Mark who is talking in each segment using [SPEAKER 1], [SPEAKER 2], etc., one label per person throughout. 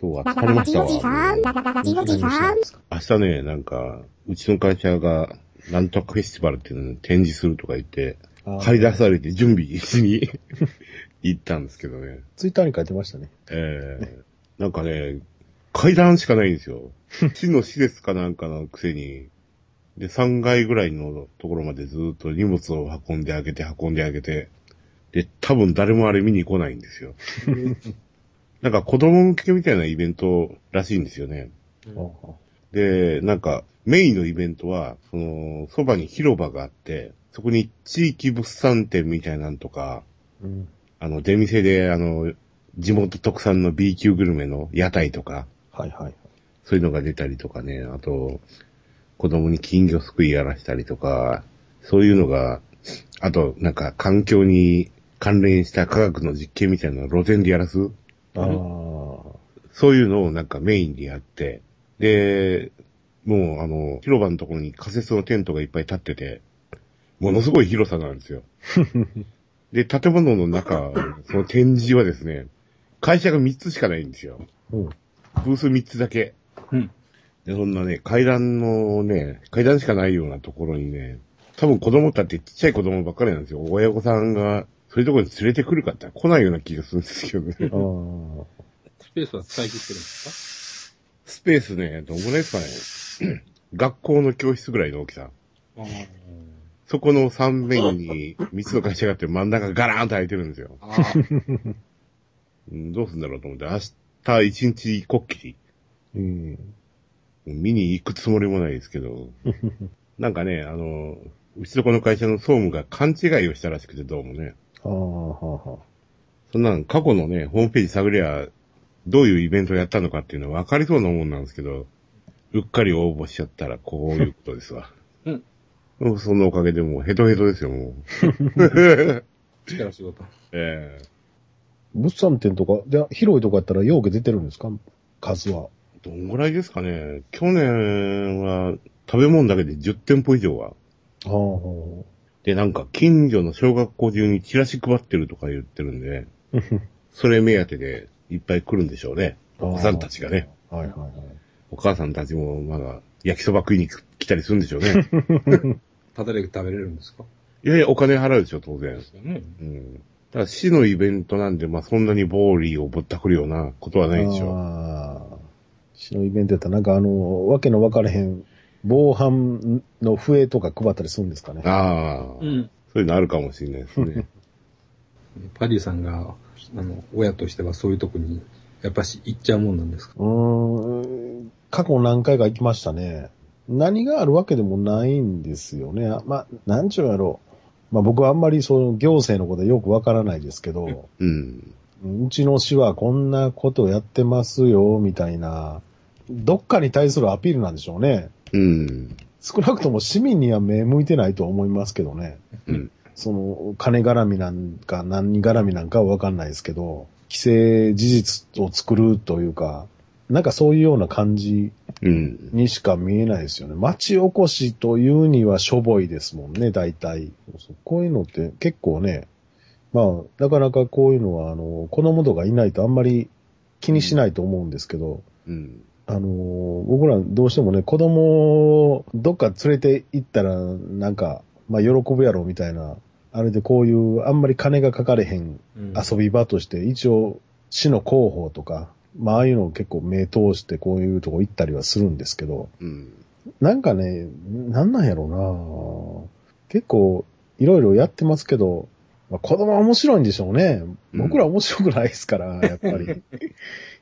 [SPEAKER 1] 今日は疲れましたわ。
[SPEAKER 2] ラララジオジさんラララジオジさん
[SPEAKER 1] 何したですか明日ね、なんか、うちの会社が、なんとかフェスティバルっていうのを展示するとか言って、
[SPEAKER 3] あー
[SPEAKER 1] 借り出されて準備しに 行ったんですけどね。
[SPEAKER 3] ツイッターに書いてましたね。
[SPEAKER 1] ええなんかね、階段しかないんですよ。市の施設かなんかのくせに、で、3階ぐらいのところまでずっと荷物を運んであげて、運んであげて、で、多分誰もあれ見に来ないんですよ。なんか子供向けみたいなイベントらしいんですよね。
[SPEAKER 3] あ
[SPEAKER 4] う
[SPEAKER 1] で、
[SPEAKER 3] ー
[SPEAKER 1] なんか、メインのイベントは、その、そばに広場があって、そこに地域物産展みたいなんとか、
[SPEAKER 3] うん。
[SPEAKER 1] あの、出店で、あの、地元特産の B 級グルメの屋台とか、
[SPEAKER 3] はいはい。
[SPEAKER 1] そういうのが出たりとかね、あと、子供に金魚すくいやらしたりとか、そういうのが、あと、なんか、環境に関連した科学の実験みたいなのを露店でやらす
[SPEAKER 3] ああ。
[SPEAKER 1] そういうのをなんかメインでやって、で、もうあの、広場のところに仮設のテントがいっぱい立ってて、ものすごい広さなんです よ。で、建物の中、その展示はですね、会社が3つしかないんですよ。
[SPEAKER 3] うん。
[SPEAKER 1] ブース3つだけ。
[SPEAKER 4] うん。
[SPEAKER 1] で、そんなね、階段のね、階段しかないようなところにね、多分子供たってちっちゃい子供ばっかりなんですよ。親御さんが、そういうところに連れてくるかって言ったら来ないような気がするんですけどね。
[SPEAKER 3] あー
[SPEAKER 4] スペースは使い切ってるんです
[SPEAKER 1] スペースね、どんぐらいですかね。 学校の教室ぐらいの大きさ。
[SPEAKER 4] かあ
[SPEAKER 1] そこの3面に3つの会社があって真ん中ガラーンと空いてるんですよ。
[SPEAKER 4] あー。
[SPEAKER 1] うんどうすんだろうと思って、明日1日こっきり。
[SPEAKER 3] うん。
[SPEAKER 1] 見に行くつもりもないですけど。なんかね、あの、うちのこの会社の総務が勘違いをしたらしくてどうもね。
[SPEAKER 3] ああ、はあはあ。
[SPEAKER 1] そんなん過去のね、ホームページ探りゃ、どういうイベントをやったのかっていうのは分かりそうなもんなんですけど、うっかり応募しちゃったらこういうことですわ。
[SPEAKER 4] うん
[SPEAKER 1] うん。そのおかげでもうヘトヘトですよ、もう。
[SPEAKER 4] 力仕事。
[SPEAKER 1] ええ
[SPEAKER 3] 物産展とか、で広いとこやったら容器出てるんですか数は。
[SPEAKER 1] どんぐらいですかね。去年は食べ物だけで10店舗以上は。
[SPEAKER 3] ああ、は
[SPEAKER 1] で、なんか近所の小学校中にチラシ配ってるとか言ってるん で、
[SPEAKER 3] あ。
[SPEAKER 1] それ目当てでいっぱい来るんでしょうね。お
[SPEAKER 3] お
[SPEAKER 1] 子さんたちがね。。
[SPEAKER 3] はいはいはい。
[SPEAKER 1] お母さんたちもまだ焼きそば食いに来たりするんでしょうね。
[SPEAKER 4] ただで食べれるんですか
[SPEAKER 1] いやいや、お金払うでしょ、当
[SPEAKER 4] で
[SPEAKER 1] 然。
[SPEAKER 4] すよね。
[SPEAKER 1] うん。ただ市のイベントなんで、まあそんなにボーリーをぼったくるようなことはないでしょ
[SPEAKER 3] ああ。市のイベントやったらなんかあの、わけの分かれへん、防犯の笛とか配ったりするんですかね
[SPEAKER 1] う。。ああ、
[SPEAKER 4] うん。
[SPEAKER 1] そういうのあるかもしれないですね。
[SPEAKER 4] パディさんが、あの、親としてはそういうとこに、やっぱし行っちゃうもんなんですか
[SPEAKER 3] うーん、過去何回か行きましたね。何があるわけでもないんですよね。あまあ、なんちゅうやろう。まあ僕はあんまりその行政のことはよくわからないですけど、
[SPEAKER 1] うん。
[SPEAKER 3] うちの市はこんなことやってますよ、みたいな、どっかに対するアピールなんでしょうね。
[SPEAKER 1] うん。
[SPEAKER 3] 少なくとも市民には目向いてないと思いますけどね。
[SPEAKER 1] うん
[SPEAKER 3] その、金絡みなんか何絡みなんかはわかんないですけど、規制事実を作るというか、なんかそういうような感じ
[SPEAKER 1] うん。
[SPEAKER 3] にしか見えないですよね。町おこしというにはしょぼいですもんね、大体。そうこういうのって結構ね、まあ、なかなかこういうのは、あの、子供とかいないとあんまり気にしないと思うんですけど、
[SPEAKER 1] うん。
[SPEAKER 3] あのー、僕らどうしてもね、子供をどっか連れて行ったら、なんか、まあ、喜ぶやろみたいな、あれでこういう、あんまり金がかかれへん
[SPEAKER 4] うん
[SPEAKER 3] 遊び場として、一応、市の広報とか、まあ、ああいうのを結構目通してこういうとこ行ったりはするんですけど、
[SPEAKER 1] うん。
[SPEAKER 3] なんかね、なんなんやろうな結構、いろいろやってますけど、まあ、子供は面白いんでしょうね。僕ら面白くないですから、やっぱり。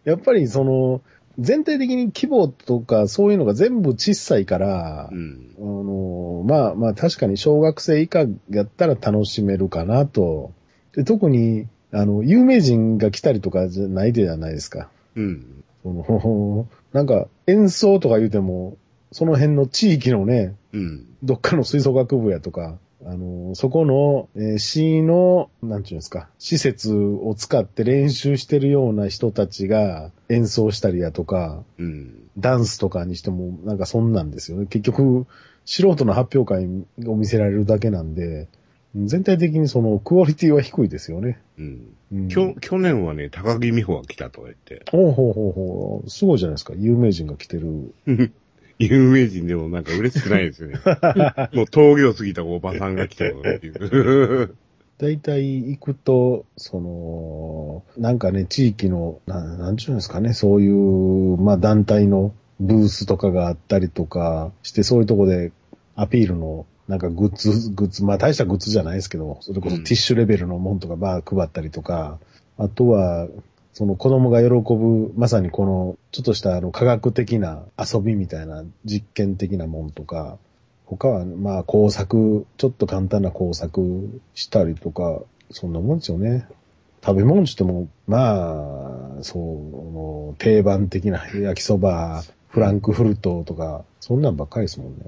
[SPEAKER 3] やっぱりその、全体的に規模とかそういうのが全部小さいから、
[SPEAKER 1] うん。
[SPEAKER 3] あの、まあまあ確かに小学生以下やったら楽しめるかなと。で特に、あの、有名人が来たりとかじゃないじゃないですか。
[SPEAKER 1] うん。
[SPEAKER 3] その、 なんか演奏とか言うても、その辺の地域のね、
[SPEAKER 1] うん。
[SPEAKER 3] どっかの吹奏楽部やとか、あの、そこの、えー市の、なんちゅうんですか、施設を使って練習してるような人たちが演奏したりやとか、
[SPEAKER 1] うん。
[SPEAKER 3] ダンスとかにしても、なんかそんなんですよね。結局、素人の発表会を見せられるだけなんで、全体的にそのクオリティは低いですよね。
[SPEAKER 1] うん。
[SPEAKER 3] うん、
[SPEAKER 1] きょ、去年はね、高木美帆が来たとか言って、
[SPEAKER 3] ほうほうほうほう。すごいじゃないですか。有名人が来てる。
[SPEAKER 1] 有名人でもなんか嬉しくないですよね。もう峠を過ぎたおばさんが来たとかっていう。
[SPEAKER 3] 大体行くと、その、なんかね、地域の、ななんちゅうんですかね、そういう、まあ団体のブースとかがあったりとかして、そういうとこでアピールの、なんかグッズ、グッズ、まあ大したグッズじゃないですけど、それこそ
[SPEAKER 1] うん
[SPEAKER 3] ティッシュレベルのもんとかバー配ったりとか、あとは、その子供が喜ぶ、まさにこの、ちょっとしたあの科学的な遊びみたいな実験的なもんとか、他は、まあ工作、ちょっと簡単な工作したりとか、そんなもんですよね。食べ物って言っても、まあ、そう、もう定番的な焼きそば、フランクフルトとか、そんなんばっかりですもんね。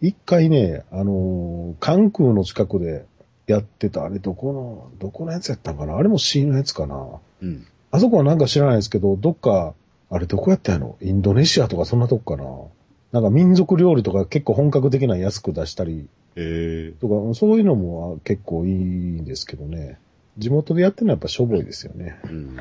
[SPEAKER 3] 一回ね、あのー関空の近くでやってた、あれどこの、どこのやつやったんかなあれも C のやつかな
[SPEAKER 1] うん。
[SPEAKER 3] あそこはなんか知らないですけど、どっか、あれどこやったんやろインドネシアとかそんなとこかななんか民族料理とか結構本格的な安く出したり
[SPEAKER 1] え
[SPEAKER 3] とか、そういうのも結構いいんですけどね。地元でやってるのはやっぱしょぼいですよね。
[SPEAKER 1] ー、うん。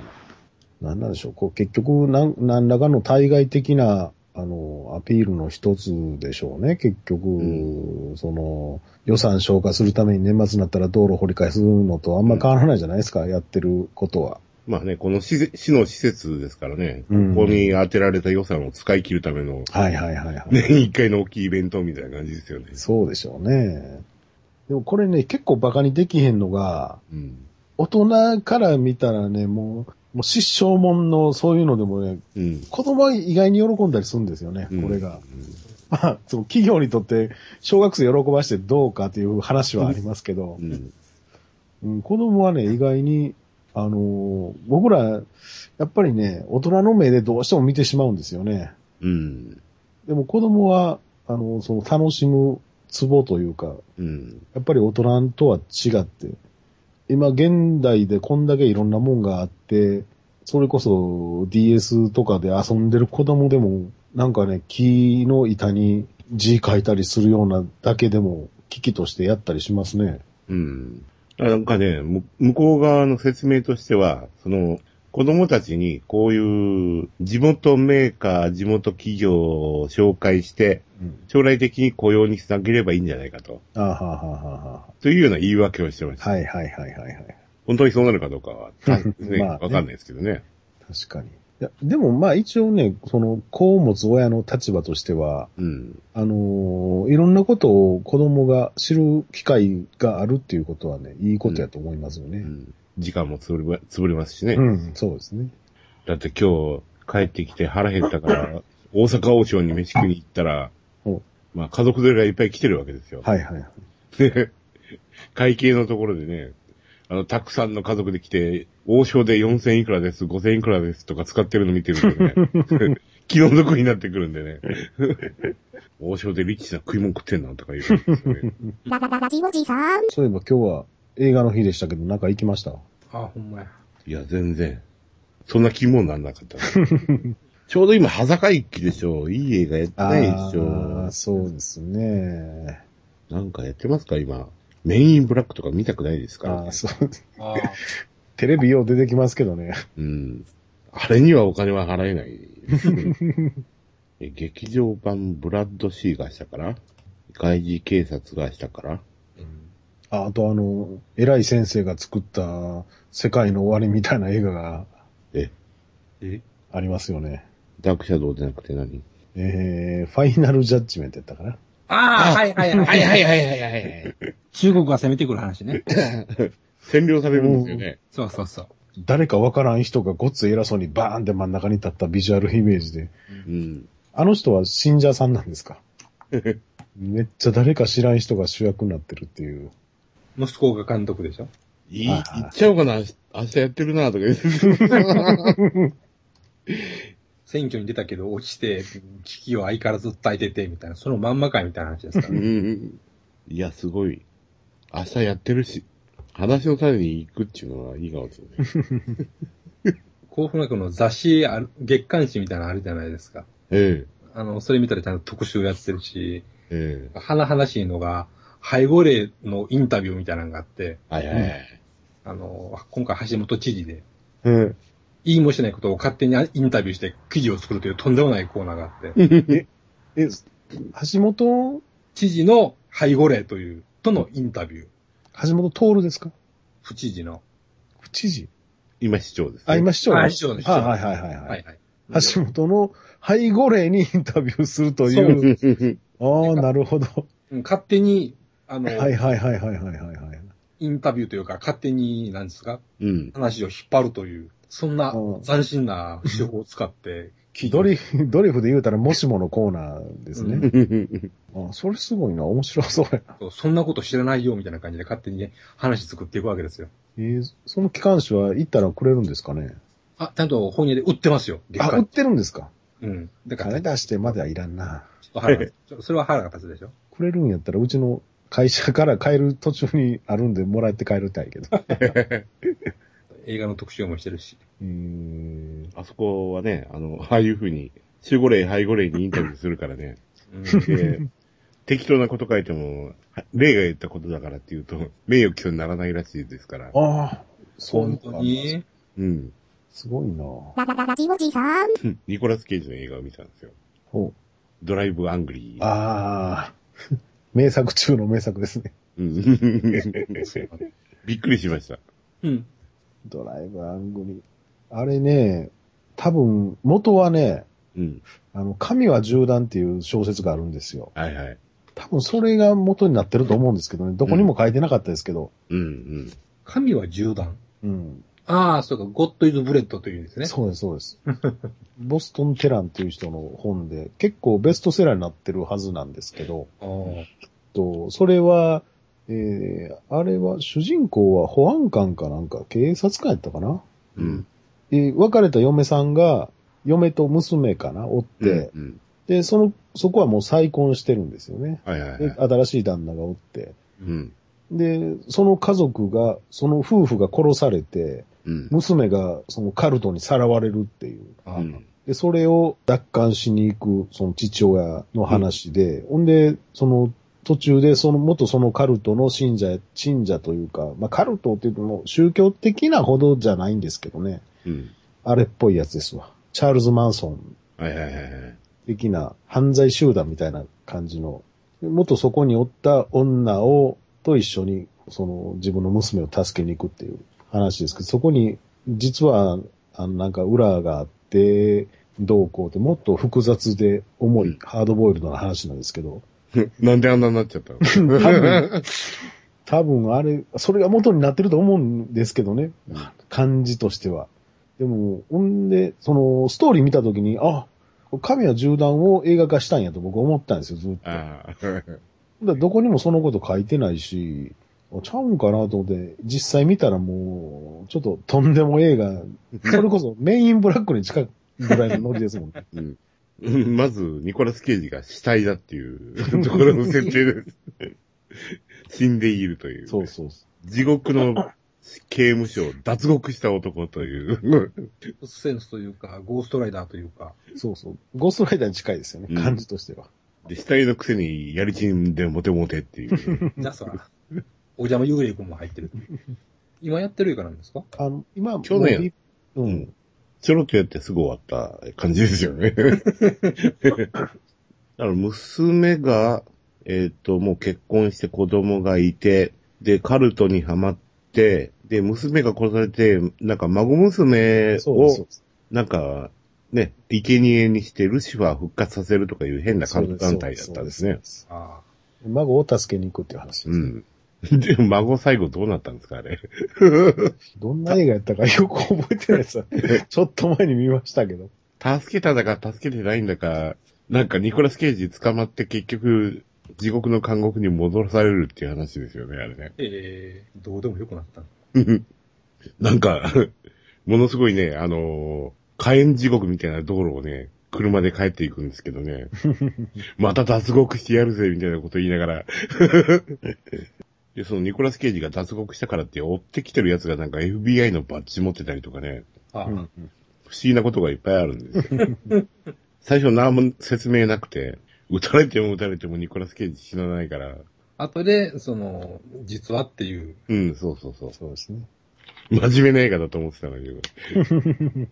[SPEAKER 3] なんなんでしょう、こう結局なん、何らかの対外的な、あの、アピールの一つでしょうね、結局、その、予算消化するために年末になったら道路掘り返すのとあんま変わらないじゃないですか、やってることは。
[SPEAKER 1] まあね、この施設市の施設ですからね、
[SPEAKER 3] うん
[SPEAKER 1] ここに当てられた予算を使い切るための
[SPEAKER 3] はいはいはいはい。
[SPEAKER 1] 年一回の大きいイベントみたいな感じですよね。
[SPEAKER 3] そうでしょうね。でもこれね、結構バカにできへんのが、
[SPEAKER 1] うん。
[SPEAKER 3] 大人から見たらね、もう、もう失笑門のそういうのでもね、
[SPEAKER 1] うん。
[SPEAKER 3] 子供は意外に喜んだりするんですよね、
[SPEAKER 1] うん
[SPEAKER 3] これが。まあ、その企業にとって小学生喜ばしてどうかという話はありますけど
[SPEAKER 1] う、ん。
[SPEAKER 3] うん、子供はね、意外に、あのー僕ら、やっぱりね、大人の目でどうしても見てしまうんですよね。
[SPEAKER 1] うん。
[SPEAKER 3] でも子供は、あのーその楽しむツボというか、
[SPEAKER 1] うん。
[SPEAKER 3] やっぱり大人とは違って、今現代でこんだけいろんなもんがあって、それこそ DS とかで遊んでる子供でも、なんかね、木の板に字書いたりするようなだけでも、機器としてやったりしますね。
[SPEAKER 1] うん。だからなんかね、む向こう側の説明としては、その、子供たちにこういう地元メーカー、地元企業を紹介して、
[SPEAKER 3] うん。
[SPEAKER 1] 将来的に雇用につなげればいいんじゃないかと。
[SPEAKER 3] あーはーはーはーは
[SPEAKER 1] というような言い訳をしてまし
[SPEAKER 3] ー
[SPEAKER 1] た。
[SPEAKER 3] はいはいはいはいはい。
[SPEAKER 1] 本当にそうなるかどうか は、
[SPEAKER 3] はい
[SPEAKER 1] ね、
[SPEAKER 3] まあ
[SPEAKER 1] わ、
[SPEAKER 3] ね
[SPEAKER 1] かんないですけどね。
[SPEAKER 3] 確かに。いや、でもまあ一応ね、その、子を持つ親の立場としては、
[SPEAKER 1] うん。
[SPEAKER 3] あのーいろんなことを子供が知る機会があるっていうことはね、いいことやと思いますよね。
[SPEAKER 1] うん時間も潰れ潰れますしね。
[SPEAKER 3] うん、そうですね。
[SPEAKER 1] だって今日帰ってきて腹減った から、大阪王将に飯食いに行ったら
[SPEAKER 3] お、
[SPEAKER 1] まあ家族連れがいっぱい来てるわけですよ。
[SPEAKER 3] はいはい。
[SPEAKER 1] で会計のところでね、あの、たくさんの家族で来て、王将で4000いくらです、5000いくらですとか使ってるの見てると ね、気の毒になってくるんでね。 王将でリッチな食い物食ってんなとか言うんですよね。
[SPEAKER 2] ララララジオジさん。
[SPEAKER 3] そういえば今日は映画の日でしたけど、なんか行きました
[SPEAKER 4] あ、ほんまや。
[SPEAKER 1] いや、全然。そんな気もなんなかった ね。ちょうど今、裸一揆でしょ。いい映画やってないでし
[SPEAKER 3] あ
[SPEAKER 1] ょ
[SPEAKER 3] ー。そうですね。
[SPEAKER 1] なんかやってますか今。メインブラックとか見たくないです
[SPEAKER 3] あ
[SPEAKER 1] か
[SPEAKER 3] ーそう。
[SPEAKER 4] あ
[SPEAKER 3] テレビよう出てきますけどね。
[SPEAKER 1] うん。あれにはお金は払えない。 え劇場版ブラッドシーがしたから外事警察がしたから
[SPEAKER 3] ああとあの、偉い先生が作った世界の終わりみたいな映画が
[SPEAKER 1] え、
[SPEAKER 4] え
[SPEAKER 3] ありますよね。
[SPEAKER 1] ダークシャドウじゃなくて何
[SPEAKER 3] えー、ファイナルジャッジメントやったかな。
[SPEAKER 4] ああ、はいはいはい。
[SPEAKER 1] はいはいはいはいはい。
[SPEAKER 4] 中国が攻めてくる話ね。
[SPEAKER 1] 占領されるんですよね。
[SPEAKER 4] そうそうそう。
[SPEAKER 3] 誰かわからん人がごっつ偉そうにバーンって真ん中に立ったビジュアルイメージで。
[SPEAKER 1] うん。
[SPEAKER 3] あの人は信者さんなんですかめっちゃ誰か知らん人が主役になってるっていう。
[SPEAKER 4] 息子が監督でしょ
[SPEAKER 1] いい、
[SPEAKER 3] あ
[SPEAKER 1] 行
[SPEAKER 3] ー
[SPEAKER 1] っちゃおうかな。明日やってるなとか言って。
[SPEAKER 4] 選挙に出たけど落ちて、危機を相変わらず伝えてて、みたいな、そのまんまかいみたいな話ですか
[SPEAKER 1] う
[SPEAKER 4] ら、
[SPEAKER 1] んうんいや、すごい。明日やってるし、話の種に行くっていうのはいいかもし れない。
[SPEAKER 4] 幸福なこの雑誌ある、月刊誌みたいなのあるじゃないですか。
[SPEAKER 1] え
[SPEAKER 4] あの、それ見たらちゃんと特集やってるし、
[SPEAKER 1] え、え
[SPEAKER 4] 花々しいのが、背後霊のインタビューみたいなのがあって、
[SPEAKER 1] はいはいはい。
[SPEAKER 4] あの、今回橋本知事で、
[SPEAKER 1] うん。
[SPEAKER 4] 言いもしないことを勝手にインタビューして記事を作るというとんでもないコーナーがあって、
[SPEAKER 3] え、橋本、
[SPEAKER 4] 知事の背後霊という、とのインタビュー。
[SPEAKER 3] 橋本徹ですか
[SPEAKER 4] 不知事の。
[SPEAKER 3] 府知事
[SPEAKER 1] 今市長です、ね。
[SPEAKER 3] あ、今市長
[SPEAKER 4] あ市長です
[SPEAKER 3] あ、はいはいはいはい。
[SPEAKER 4] はいはい。
[SPEAKER 3] 橋本の背後霊にインタビューすると
[SPEAKER 4] そう
[SPEAKER 3] いう。
[SPEAKER 1] うん
[SPEAKER 3] ああ、なるほど。
[SPEAKER 4] うん勝手に、あの、
[SPEAKER 3] はいはいはいはいはいはいはい。
[SPEAKER 4] インタビューというか、勝手に、なんですか、
[SPEAKER 1] うん。
[SPEAKER 4] 話を引っ張るという、そんな
[SPEAKER 3] うん
[SPEAKER 4] 斬新な手法を使って聞いて
[SPEAKER 3] ド
[SPEAKER 4] ます、
[SPEAKER 3] リフ、ドリフで言うたらもしものコーナーですね。あそれすごいな。面白そうや。
[SPEAKER 4] そうそんなこと知らないよ、みたいな感じで勝手にね、話作っていくわけですよ。
[SPEAKER 3] えーその機関紙は行ったらくれるんですかね
[SPEAKER 4] あ、ちゃんと本屋で売ってますよ。月
[SPEAKER 3] あ、売っ
[SPEAKER 4] 刊。
[SPEAKER 3] てるんですか
[SPEAKER 4] うん。だから、
[SPEAKER 3] 金
[SPEAKER 4] ち
[SPEAKER 3] 出してまではいらんな。
[SPEAKER 4] ょっと腹が立つちょそれは腹が立つでしょ。
[SPEAKER 3] くれるんやったら、うちの会社から帰る途中にあるんで、もらって帰りたいけ ど。
[SPEAKER 4] 映画の特集もしてるし。
[SPEAKER 3] うーん。
[SPEAKER 1] あそこはね、あの、ああいうふうに、守護霊、背後霊にインタビューするから ね。
[SPEAKER 4] うん
[SPEAKER 1] で、適当なこと書いても、は霊が言ったことだからっていうと、名誉毀損にならないらしいですから。
[SPEAKER 3] ああ、そうい
[SPEAKER 4] 本
[SPEAKER 3] う
[SPEAKER 4] 当
[SPEAKER 3] のがあるんです
[SPEAKER 4] に。
[SPEAKER 1] うん。
[SPEAKER 3] すごいな
[SPEAKER 2] ララララジオジさん。
[SPEAKER 1] ニコラス・ケイジの映画を見たんですよ。
[SPEAKER 3] ほ
[SPEAKER 1] ドライブ・アングリ
[SPEAKER 3] う
[SPEAKER 1] ー。
[SPEAKER 3] ああ、 名作中の名作ですね。
[SPEAKER 1] うん。びっくりしました。
[SPEAKER 4] うん。
[SPEAKER 3] ドライブアングリー。あれね、多分、元はね、
[SPEAKER 1] うん。
[SPEAKER 3] あの、神は銃弾っていう小説があるんですよ。
[SPEAKER 1] はいはい。
[SPEAKER 3] 多分それが元になってると思うんですけどね。どこにも書いてなかったですけど。
[SPEAKER 1] うんうん。
[SPEAKER 4] 神は銃弾。
[SPEAKER 3] うん。
[SPEAKER 4] ああ、そうか、ゴッドイズブレッドというんですね。
[SPEAKER 3] そうです、そう です。ボストン・テランっていう人の本で、結構ベストセラーになってるはずなんですけど、
[SPEAKER 4] あー
[SPEAKER 3] とそれは、えー、あれは主人公は保安官かなんか、警察官やったかな、
[SPEAKER 1] うん。
[SPEAKER 3] えー別れた嫁さんが、嫁と娘かなおって、
[SPEAKER 1] うんうん。
[SPEAKER 3] で、その、そこはもう再婚してるんですよね。
[SPEAKER 1] はいはい
[SPEAKER 3] で、
[SPEAKER 1] はい。
[SPEAKER 3] 新しい旦那がおって。
[SPEAKER 1] うん。
[SPEAKER 3] で、その家族が、その夫婦が殺されて、
[SPEAKER 1] うん。
[SPEAKER 3] 娘がそのカルトにさらわれるっていう。
[SPEAKER 4] あ
[SPEAKER 1] う
[SPEAKER 4] ー。
[SPEAKER 1] ん。
[SPEAKER 3] で、それを奪還しに行く、その父親の話で、ほんで、その途中で、その元そのカルトの信者、信者というか、まあカルトっていうのも宗教的なほどじゃないんですけどね、
[SPEAKER 1] うん。
[SPEAKER 3] あれっぽいやつですわ。チャールズ・マンソン
[SPEAKER 1] はいはいはいはい。
[SPEAKER 3] 的な犯罪集団みたいな感じの、元そこにおった女を、と一緒に、その自分の娘を助けに行くっていう話ですけど、そこに、実は、あの、なんか裏があって、どうこうって、もっと複雑で重い、ハードボイルドな話なんですけど、
[SPEAKER 1] なんであんなになっちゃったの
[SPEAKER 3] 多分、多分あれ、それが元になってると思うんですけどね、感じとしては。でも、ほんで、その、ストーリー見たときに、あ、神は銃弾を映画化したんやと僕思ったんですよ、ずっと。だか
[SPEAKER 1] ああ。
[SPEAKER 3] らどこにもそのこと書いてないし、あちゃうんかなと思って、実際見たらもう、ちょっととんでも映画、それこそメインブラックに近いぐらいのノリですもんね。
[SPEAKER 1] うん まず、ニコラス・ケイジが死体だっていう ところの設定です。死んでいるという。
[SPEAKER 3] そうそうそ
[SPEAKER 1] 地獄の刑務所を脱獄した男と いう。
[SPEAKER 4] センスというか、ゴーストライダーという か。
[SPEAKER 3] う。そうそう。ゴーストライダーに近いですよね、
[SPEAKER 1] うん
[SPEAKER 3] 感じとしては。
[SPEAKER 1] で、死体のくせにやりちんでモテモテっていう。
[SPEAKER 4] じゃあそら、お邪魔幽霊君も入ってる。今やってる映画なんですか
[SPEAKER 3] あの、今、
[SPEAKER 1] 去年
[SPEAKER 3] もう、う
[SPEAKER 1] うんん。ちょろっとやってすぐ終わった感じですよ ね。だから娘が、えっ、と、もう結婚して子供がいて、で、カルトにはまって、で、娘が殺されて、なんか孫娘
[SPEAKER 3] そうですそう
[SPEAKER 1] を
[SPEAKER 3] で、す。
[SPEAKER 1] なんか、ね、生贄にしてルシファー復活させるとかいう変な
[SPEAKER 3] そう
[SPEAKER 1] 監
[SPEAKER 3] で
[SPEAKER 1] 督
[SPEAKER 3] す
[SPEAKER 1] 団体だったんですね。。
[SPEAKER 3] そう
[SPEAKER 4] あ
[SPEAKER 3] です孫を助けに行くっていう話です。
[SPEAKER 1] うん。で、孫最後どうなったんですか、あれ。
[SPEAKER 3] どんな映画やったかよく覚えてない です。ちょっと前に見ましたけど。
[SPEAKER 1] 助けただか助けてないんだか、なんかニコラス・ケイジ捕まって結局、地獄の監獄に戻らされるっていう話ですよね、あれね
[SPEAKER 4] あ。。ええどうでもよくなった。
[SPEAKER 1] なんか、ものすごいね、あのー火炎地獄みたいな道路をね、車で帰っていくんですけどね。また脱獄してやるぜ、みたいなこと言いながら。 で、そのニコラス・ケイジが脱獄したからって追ってきてるやつがなんか FBI のバッジ持ってたりとかね、
[SPEAKER 4] ああ、
[SPEAKER 1] 不思議なことがいっぱいあるんですよ。最初何も説明なくて、撃たれても撃たれてもニコラス・ケイジ死なないから、
[SPEAKER 4] 後で、その、実はっていう、
[SPEAKER 1] うん、そうそうそう。
[SPEAKER 3] そうですね。
[SPEAKER 1] 真面目な映画だと思ってたんだけど。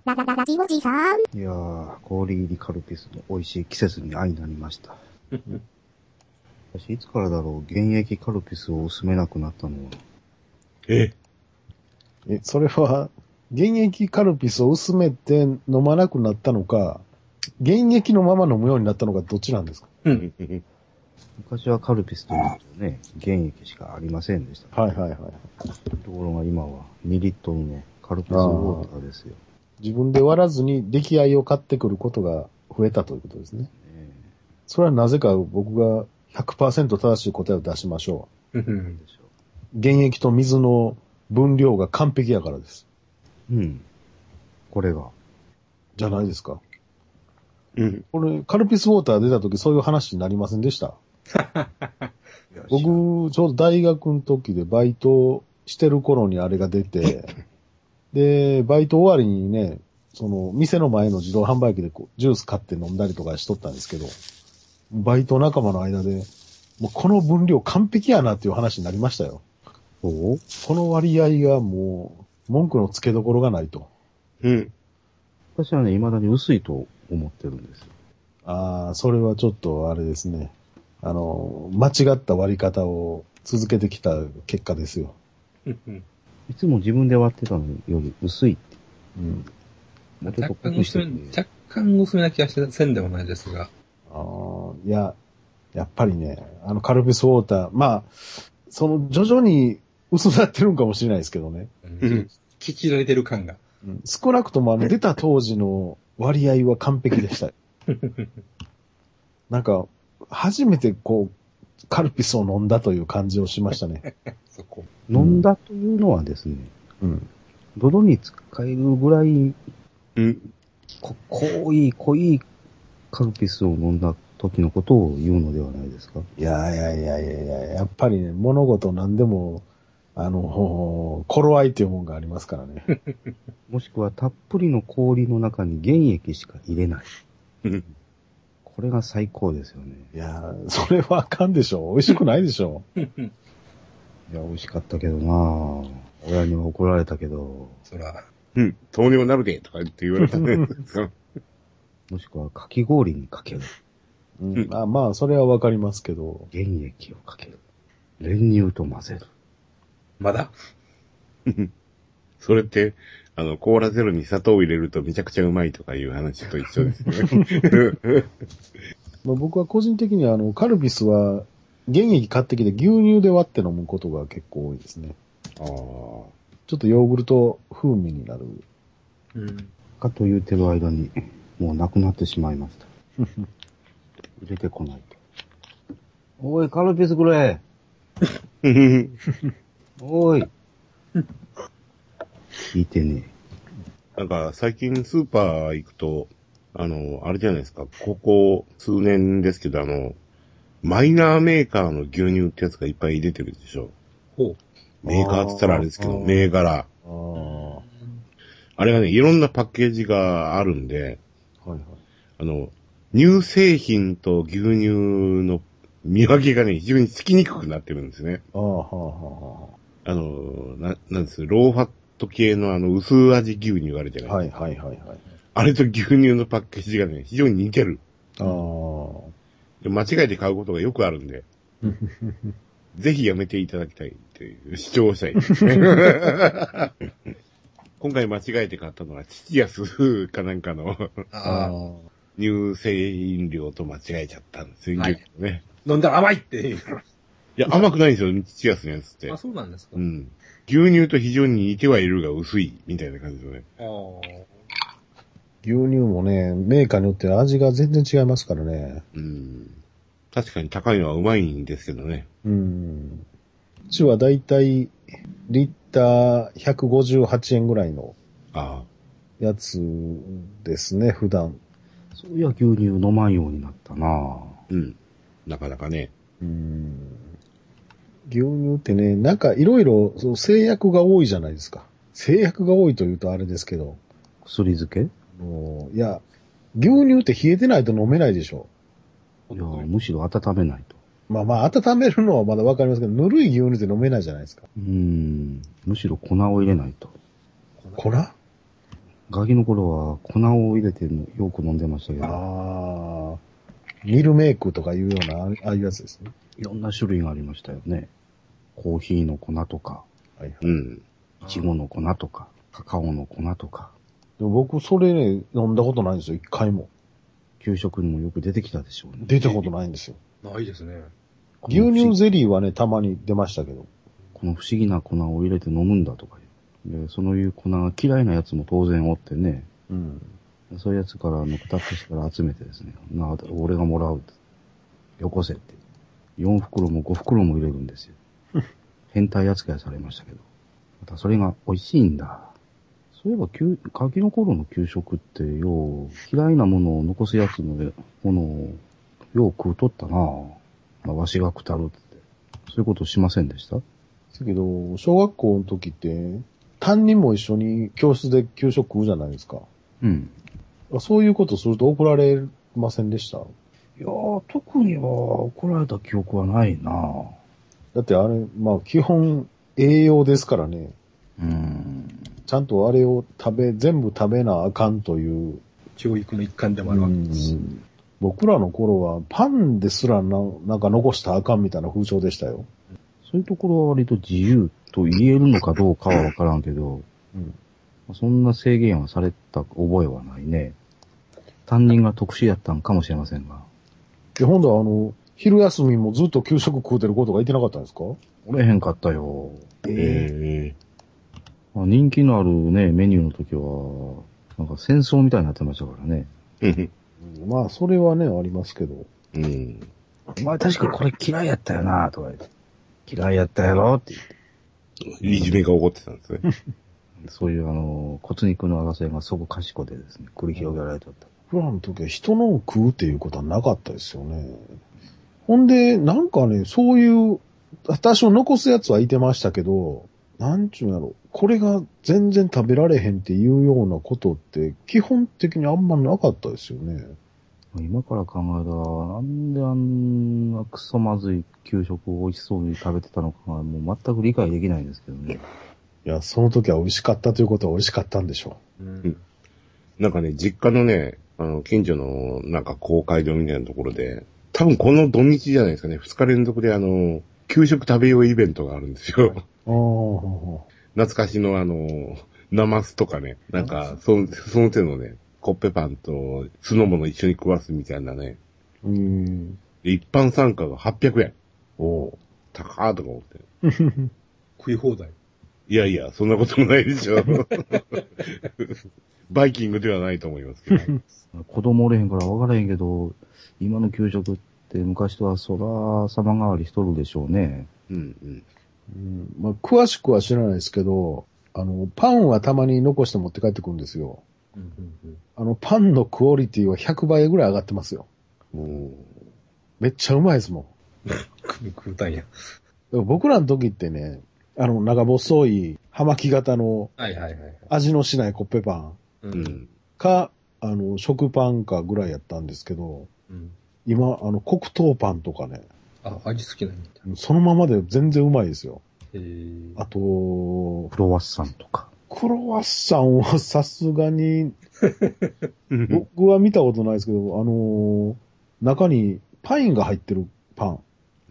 [SPEAKER 2] ララララジオジさん。
[SPEAKER 5] いやー、氷入りカルピスの美味しい季節に愛になり ました。私、いつからだろう、現役カルピスを薄めなくなったのは、
[SPEAKER 1] え
[SPEAKER 3] え、それは、現役カルピスを薄めて飲まなくなったのか、現役のまま飲むようになったのかどっちなんですか
[SPEAKER 4] うん。
[SPEAKER 5] 昔はカルピスというとね、現役しかありませんでした。
[SPEAKER 3] はいはいはい。
[SPEAKER 5] ところが今は2リットルのカルピスウォーターですよ。
[SPEAKER 3] 自分で割らずに出来合いを買ってくることが増えたということですね。
[SPEAKER 5] ね
[SPEAKER 3] それはなぜか僕が100%正しい答えを出しましょ
[SPEAKER 4] う
[SPEAKER 5] え
[SPEAKER 4] ん
[SPEAKER 5] でしょ
[SPEAKER 3] う。現液と水の分量が完璧やからです。
[SPEAKER 5] う。うん。これが。
[SPEAKER 3] じゃないですか。
[SPEAKER 1] うん。
[SPEAKER 3] これ、カルピスウォーター出た時そういう話になりませんでした。僕、ちょうど大学の時でバイトしてる頃にあれが出て、で、バイト終わりにね、その、店の前の自動販売機でこうジュース買って飲んだりとかしとったんですけど、バイト仲間の間で、もうこの分量完璧やなっていう話になりましたよ。
[SPEAKER 5] そう
[SPEAKER 3] この割合がもう、文句の付けどころがないと。
[SPEAKER 1] うん。
[SPEAKER 5] 私はね、未だに薄いと思ってるんですよ。
[SPEAKER 3] ああ、それはちょっとあれですね。あの、間違った割り方を続けてきた結果ですよ。
[SPEAKER 4] うん。
[SPEAKER 5] いつも自分で割ってたのより薄いって。
[SPEAKER 3] うん。
[SPEAKER 5] もうちょっ
[SPEAKER 4] 若
[SPEAKER 5] と
[SPEAKER 4] 干
[SPEAKER 5] 濃くして
[SPEAKER 4] 薄
[SPEAKER 5] て
[SPEAKER 4] め、若干薄めな気がしてせんでもないですが。
[SPEAKER 3] あーいや、やっぱりね、あのカルピスウォーター、まあ、その徐々に薄なってるんかもしれないですけどね。
[SPEAKER 1] うん
[SPEAKER 4] 聞きられてる感が。
[SPEAKER 3] うん少なくともあの出た当時の割合は完璧でした。 なんか、初めてこう、カルピスを飲んだという感じをしましたね。
[SPEAKER 4] そこ。
[SPEAKER 5] 飲んだというのはですね、
[SPEAKER 3] うん。
[SPEAKER 5] 喉に使えるぐらい
[SPEAKER 1] うん。
[SPEAKER 5] こ濃い濃いカルピスを飲んだ時のことを言うのではないですか。
[SPEAKER 3] いやいやいやいやいや、やっぱりね、物事何でも、あの、 頃合いというもんがありますからね。
[SPEAKER 5] もしくはたっぷりの氷の中に原液しか入れない。
[SPEAKER 1] うん。
[SPEAKER 5] これが最高ですよね。
[SPEAKER 3] いやー、それはあかんでしょ。美味しくないでしょ。
[SPEAKER 5] いや、美味しかったけどなぁ。親には怒られたけど、
[SPEAKER 4] そら、
[SPEAKER 1] うん。糖尿なるでとか言って言われたね。
[SPEAKER 5] もしくはかき氷にかける。
[SPEAKER 3] うん、まあまあ、それはわかりますけど。
[SPEAKER 5] 原液をかける。練乳と混ぜる。
[SPEAKER 4] まだ
[SPEAKER 1] それって、あの、コーラゼロに砂糖を入れるとめちゃくちゃうまいとかいう話と一緒ですね。
[SPEAKER 3] まあ、僕は個人的にはあの、カルピスは、原液買ってきて牛乳で割って飲むことが結構多いですね。
[SPEAKER 1] ああ。
[SPEAKER 3] ちょっとヨーグルト風味になる。
[SPEAKER 4] うん。
[SPEAKER 5] かと言うてる間に、もうなくなってしまい ました。売れてこないと。おい、カルピスくれおい。聞いてね
[SPEAKER 1] なんか、最近スーパー行くと、あの、あれじゃないですか、ここ数年ですけど、あの、マイナーメーカーの牛乳ってやつがいっぱい出てるでしょ。
[SPEAKER 4] ほ
[SPEAKER 1] メーカーって言ったらあれですけ
[SPEAKER 3] あ
[SPEAKER 1] ど、
[SPEAKER 3] ー
[SPEAKER 1] 銘柄。
[SPEAKER 3] ああ、は
[SPEAKER 1] あれがね、いろんなパッケージがあるんで、
[SPEAKER 3] いはい。
[SPEAKER 1] あの、乳製品と牛乳の見分けがね、非常につきにくくなってるんですね。
[SPEAKER 3] ああ、はあ、は
[SPEAKER 1] あの、な、なんです、ローファット系のあの、薄味牛乳があるじゃ
[SPEAKER 3] あ
[SPEAKER 1] ない、
[SPEAKER 3] はあ。はいはいはいはい。
[SPEAKER 1] あれと牛乳のパッケージがね、非常に似てる。
[SPEAKER 3] ああ。
[SPEAKER 1] で間違えて買うことがよくあるん で、ぜひやめていただきたいっていう主張をしたい。 今回間違えて買ったのは、チチアスかなんかの
[SPEAKER 4] う。
[SPEAKER 3] ああ
[SPEAKER 4] ああ。
[SPEAKER 1] 乳製飲料と間違えちゃったんですよ、
[SPEAKER 4] はい
[SPEAKER 1] 牛乳ね。
[SPEAKER 4] 飲んだら甘いっていう。
[SPEAKER 1] いや、甘くないんですよ、チチアスのやつって
[SPEAKER 4] あ、。そうなんですか。
[SPEAKER 1] う
[SPEAKER 4] あ
[SPEAKER 1] ん。牛乳と非常に似てはいるが薄い、みたいな感じですよね。
[SPEAKER 4] あ。
[SPEAKER 3] 牛乳もね、メーカーによって味が全然違いますからね。
[SPEAKER 1] うん。確かに高いのはうまいんですけどね。
[SPEAKER 3] うん。うちはだいたい、リッター158円ぐらいの
[SPEAKER 1] ああ。
[SPEAKER 3] やつですね、普段。
[SPEAKER 5] そういや、牛乳飲まんようになったなぁ。
[SPEAKER 1] うん。なかなかね。
[SPEAKER 3] うん。牛乳ってね、なんかいろいろそう制約が多いじゃないですか。制約が多いというとあれですけど、
[SPEAKER 5] 薬漬けい
[SPEAKER 3] あのいや、牛乳って冷えてないと飲めないでしょ。
[SPEAKER 5] や、むしろ温めないと。
[SPEAKER 3] まあまあ、温めるのはまだわかりますけど、ぬるい牛乳って飲めないじゃないですか。
[SPEAKER 5] うーん。むしろ粉を入れないと。
[SPEAKER 3] 粉あ
[SPEAKER 5] ガキの頃は粉を入れてよく飲んでましたけど、
[SPEAKER 3] あ。ミルメイクとかいうような、あああいうやつですね。
[SPEAKER 5] いろんな種類がありましたよね。コーヒーの粉とか、
[SPEAKER 3] はいはい。
[SPEAKER 1] うん。
[SPEAKER 5] いちごの粉とか、カカオの粉とか、
[SPEAKER 3] でも僕、それね、飲んだことないんですよ、一回も。
[SPEAKER 5] 給食にもよく出てきたでしょうね。
[SPEAKER 3] 出たことないんですよ。
[SPEAKER 4] ないですね。
[SPEAKER 5] この不
[SPEAKER 3] 牛
[SPEAKER 5] 思
[SPEAKER 3] 乳
[SPEAKER 5] 議
[SPEAKER 3] ゼリーはね、たまに出ましたけど。
[SPEAKER 5] この不思議な粉を入れて飲むんだとかいう。で、そのいう粉が嫌いなやつも当然おってね、
[SPEAKER 3] うん。
[SPEAKER 5] そういうやつから、あの、くたっとしてから集めてですね、なあ、俺がもらうって。よこせって。4袋も5袋も入れるんですよ。変態扱いされましたけど。またそれが美味しいんだ。そういえば、きゅガキの頃の給食って、よう、嫌いなものを残すやつのものを、よう食うとったなまあ、わしがくたるって。そういうことしませんでした
[SPEAKER 3] だけど、小学校の時って、担任も一緒に教室で給食食うじゃないですか。
[SPEAKER 5] うん。
[SPEAKER 3] そういうことすると怒られませんでした
[SPEAKER 5] いやー、特には怒られた記憶はないな
[SPEAKER 3] だってあれ、まあ基本栄養ですからね。
[SPEAKER 5] うん。
[SPEAKER 3] ちゃんとあれを食べ、全部食べなあかんという。
[SPEAKER 4] 教育の一環でもあるわけですし。
[SPEAKER 3] 僕らの頃はパンですらななんか残したらあかんみたいな風潮でしたよ。
[SPEAKER 5] そういうところは割と自由と言えるのかどうかはわからんけど、
[SPEAKER 3] うん
[SPEAKER 5] そんな制限はされた覚えはないね。担任が特殊やったんかもしれませんが。
[SPEAKER 3] で、今度はあの、昼休みもずっと給食食うてることがいてなかったんですか
[SPEAKER 5] 折れへんかったよ。
[SPEAKER 1] ええ
[SPEAKER 5] まあ人気のあるね、メニューの時は、なんか戦争みたいになってましたからね。
[SPEAKER 1] うん
[SPEAKER 3] まあそれはね、ありますけど。
[SPEAKER 1] うん。
[SPEAKER 5] お前確かこれ嫌いやったよなとか言って。嫌いやったやろって言って。
[SPEAKER 1] いじめが起こってたん ですね。
[SPEAKER 5] そういうあの、骨肉の争いがそこかしこでですね、繰り広げられとった。
[SPEAKER 3] 僕らの時は人のを食うっていうことはなかったですよね。ほんで、なんかね、そういう、多少残すやつはいてましたけど、なんちゅうんやろ、これが全然食べられへんっていうようなことって、基本的にあんまなかったですよね。
[SPEAKER 5] 今から考えたら、なんであんなクソまずい給食を美味しそうに食べてたのかが、もう全く理解できないんですけどね。
[SPEAKER 3] いや、その時は美味しかったということは美味しかったんでしょ
[SPEAKER 4] うん
[SPEAKER 1] なんかね、実家のね、あの、近所の、なんか公会堂みたいなところで、多分この土日じゃないですかね、二日連続であの、給食食べようイベントがあるんですよ。
[SPEAKER 3] う。あ
[SPEAKER 1] 懐かしのあの、ナマスとかね、なんか、その、その手のね、コッペパンと酢の物一緒に食わすみたいなね、
[SPEAKER 3] あ、うん。
[SPEAKER 1] で一般参加が800円。
[SPEAKER 3] おう。
[SPEAKER 1] 高ーとか思って。
[SPEAKER 4] 食い放題。
[SPEAKER 1] いやいや、そんなこともないで しょ。バイキングではないと思います けど。
[SPEAKER 5] 子供おれへんから分からへんけど、今の給食って昔とはそら様変わりしとるでしょうね。
[SPEAKER 1] うんうん。
[SPEAKER 3] うんまあ、詳しくは知らないですけど、あの、パンはたまに残して持って帰ってくるんですよ。
[SPEAKER 4] うんうん
[SPEAKER 3] あの、パンのクオリティは100倍ぐらい上がってますよ。めっちゃうまいですもん。
[SPEAKER 4] うん、食うたんや。
[SPEAKER 3] でも僕らの時ってね、あの、長細い、葉巻型の
[SPEAKER 4] はいはいはい。
[SPEAKER 3] 味のしないコッペパン
[SPEAKER 4] う
[SPEAKER 1] う。ん。
[SPEAKER 3] か、あの、食パンかぐらいやったんですけど、
[SPEAKER 4] うん、
[SPEAKER 3] 今、あの、黒糖パンとかね、
[SPEAKER 4] あ、味好きなんだ。
[SPEAKER 3] そのままで全然うまいですよ。
[SPEAKER 4] へー
[SPEAKER 3] あと、
[SPEAKER 5] クロワッサンとか。
[SPEAKER 3] クロワッサンはさすがに、僕は見たことないですけど、あの、中にパインが入ってるパン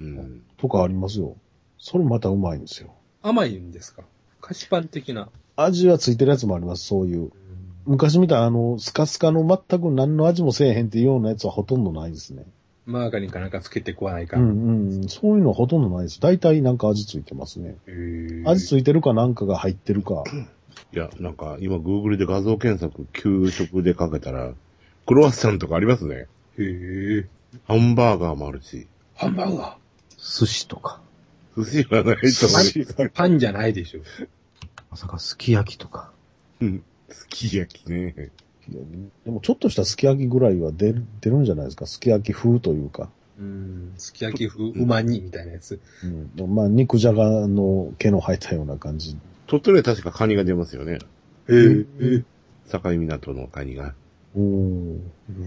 [SPEAKER 1] うん。
[SPEAKER 3] とかありますよ。それまたうまいんですよ。
[SPEAKER 4] 甘いんですか菓子パン的な。
[SPEAKER 3] 味はついてるやつもあります、そういう。昔みたいなあの、スカスカの全く何の味もせえへんっていうようなやつはほとんどないですね。
[SPEAKER 4] マーガリンかなんかつけて食わないか。
[SPEAKER 3] うんうんうん。そういうのはほとんどないです。大体なんか味ついてますね。
[SPEAKER 4] へー
[SPEAKER 3] 味ついてるかなんかが入ってるか。
[SPEAKER 1] いや、なんか、今、Google で画像検索、給食でかけたら、クロワッサンとかありますね。
[SPEAKER 4] へー
[SPEAKER 1] ハンバーガーもあるし、
[SPEAKER 4] ハンバーガ
[SPEAKER 5] 寿司とか。
[SPEAKER 1] 寿司はないと思う。
[SPEAKER 4] ー。パンじゃないでしょ。
[SPEAKER 5] まさかすき焼きとか。
[SPEAKER 1] すき焼きね。
[SPEAKER 3] いやでもちょっとしたすき焼きぐらいは出る、出るんじゃないですか。すき焼き風というか。
[SPEAKER 4] うん。すき焼き風、うまに、みたいなやつ。
[SPEAKER 3] うん。まあ、肉じゃがの毛の生えたような感じ。
[SPEAKER 1] 鳥取は確かカニが出ますよね。
[SPEAKER 4] へえ。
[SPEAKER 1] 境港のカニが。
[SPEAKER 3] おー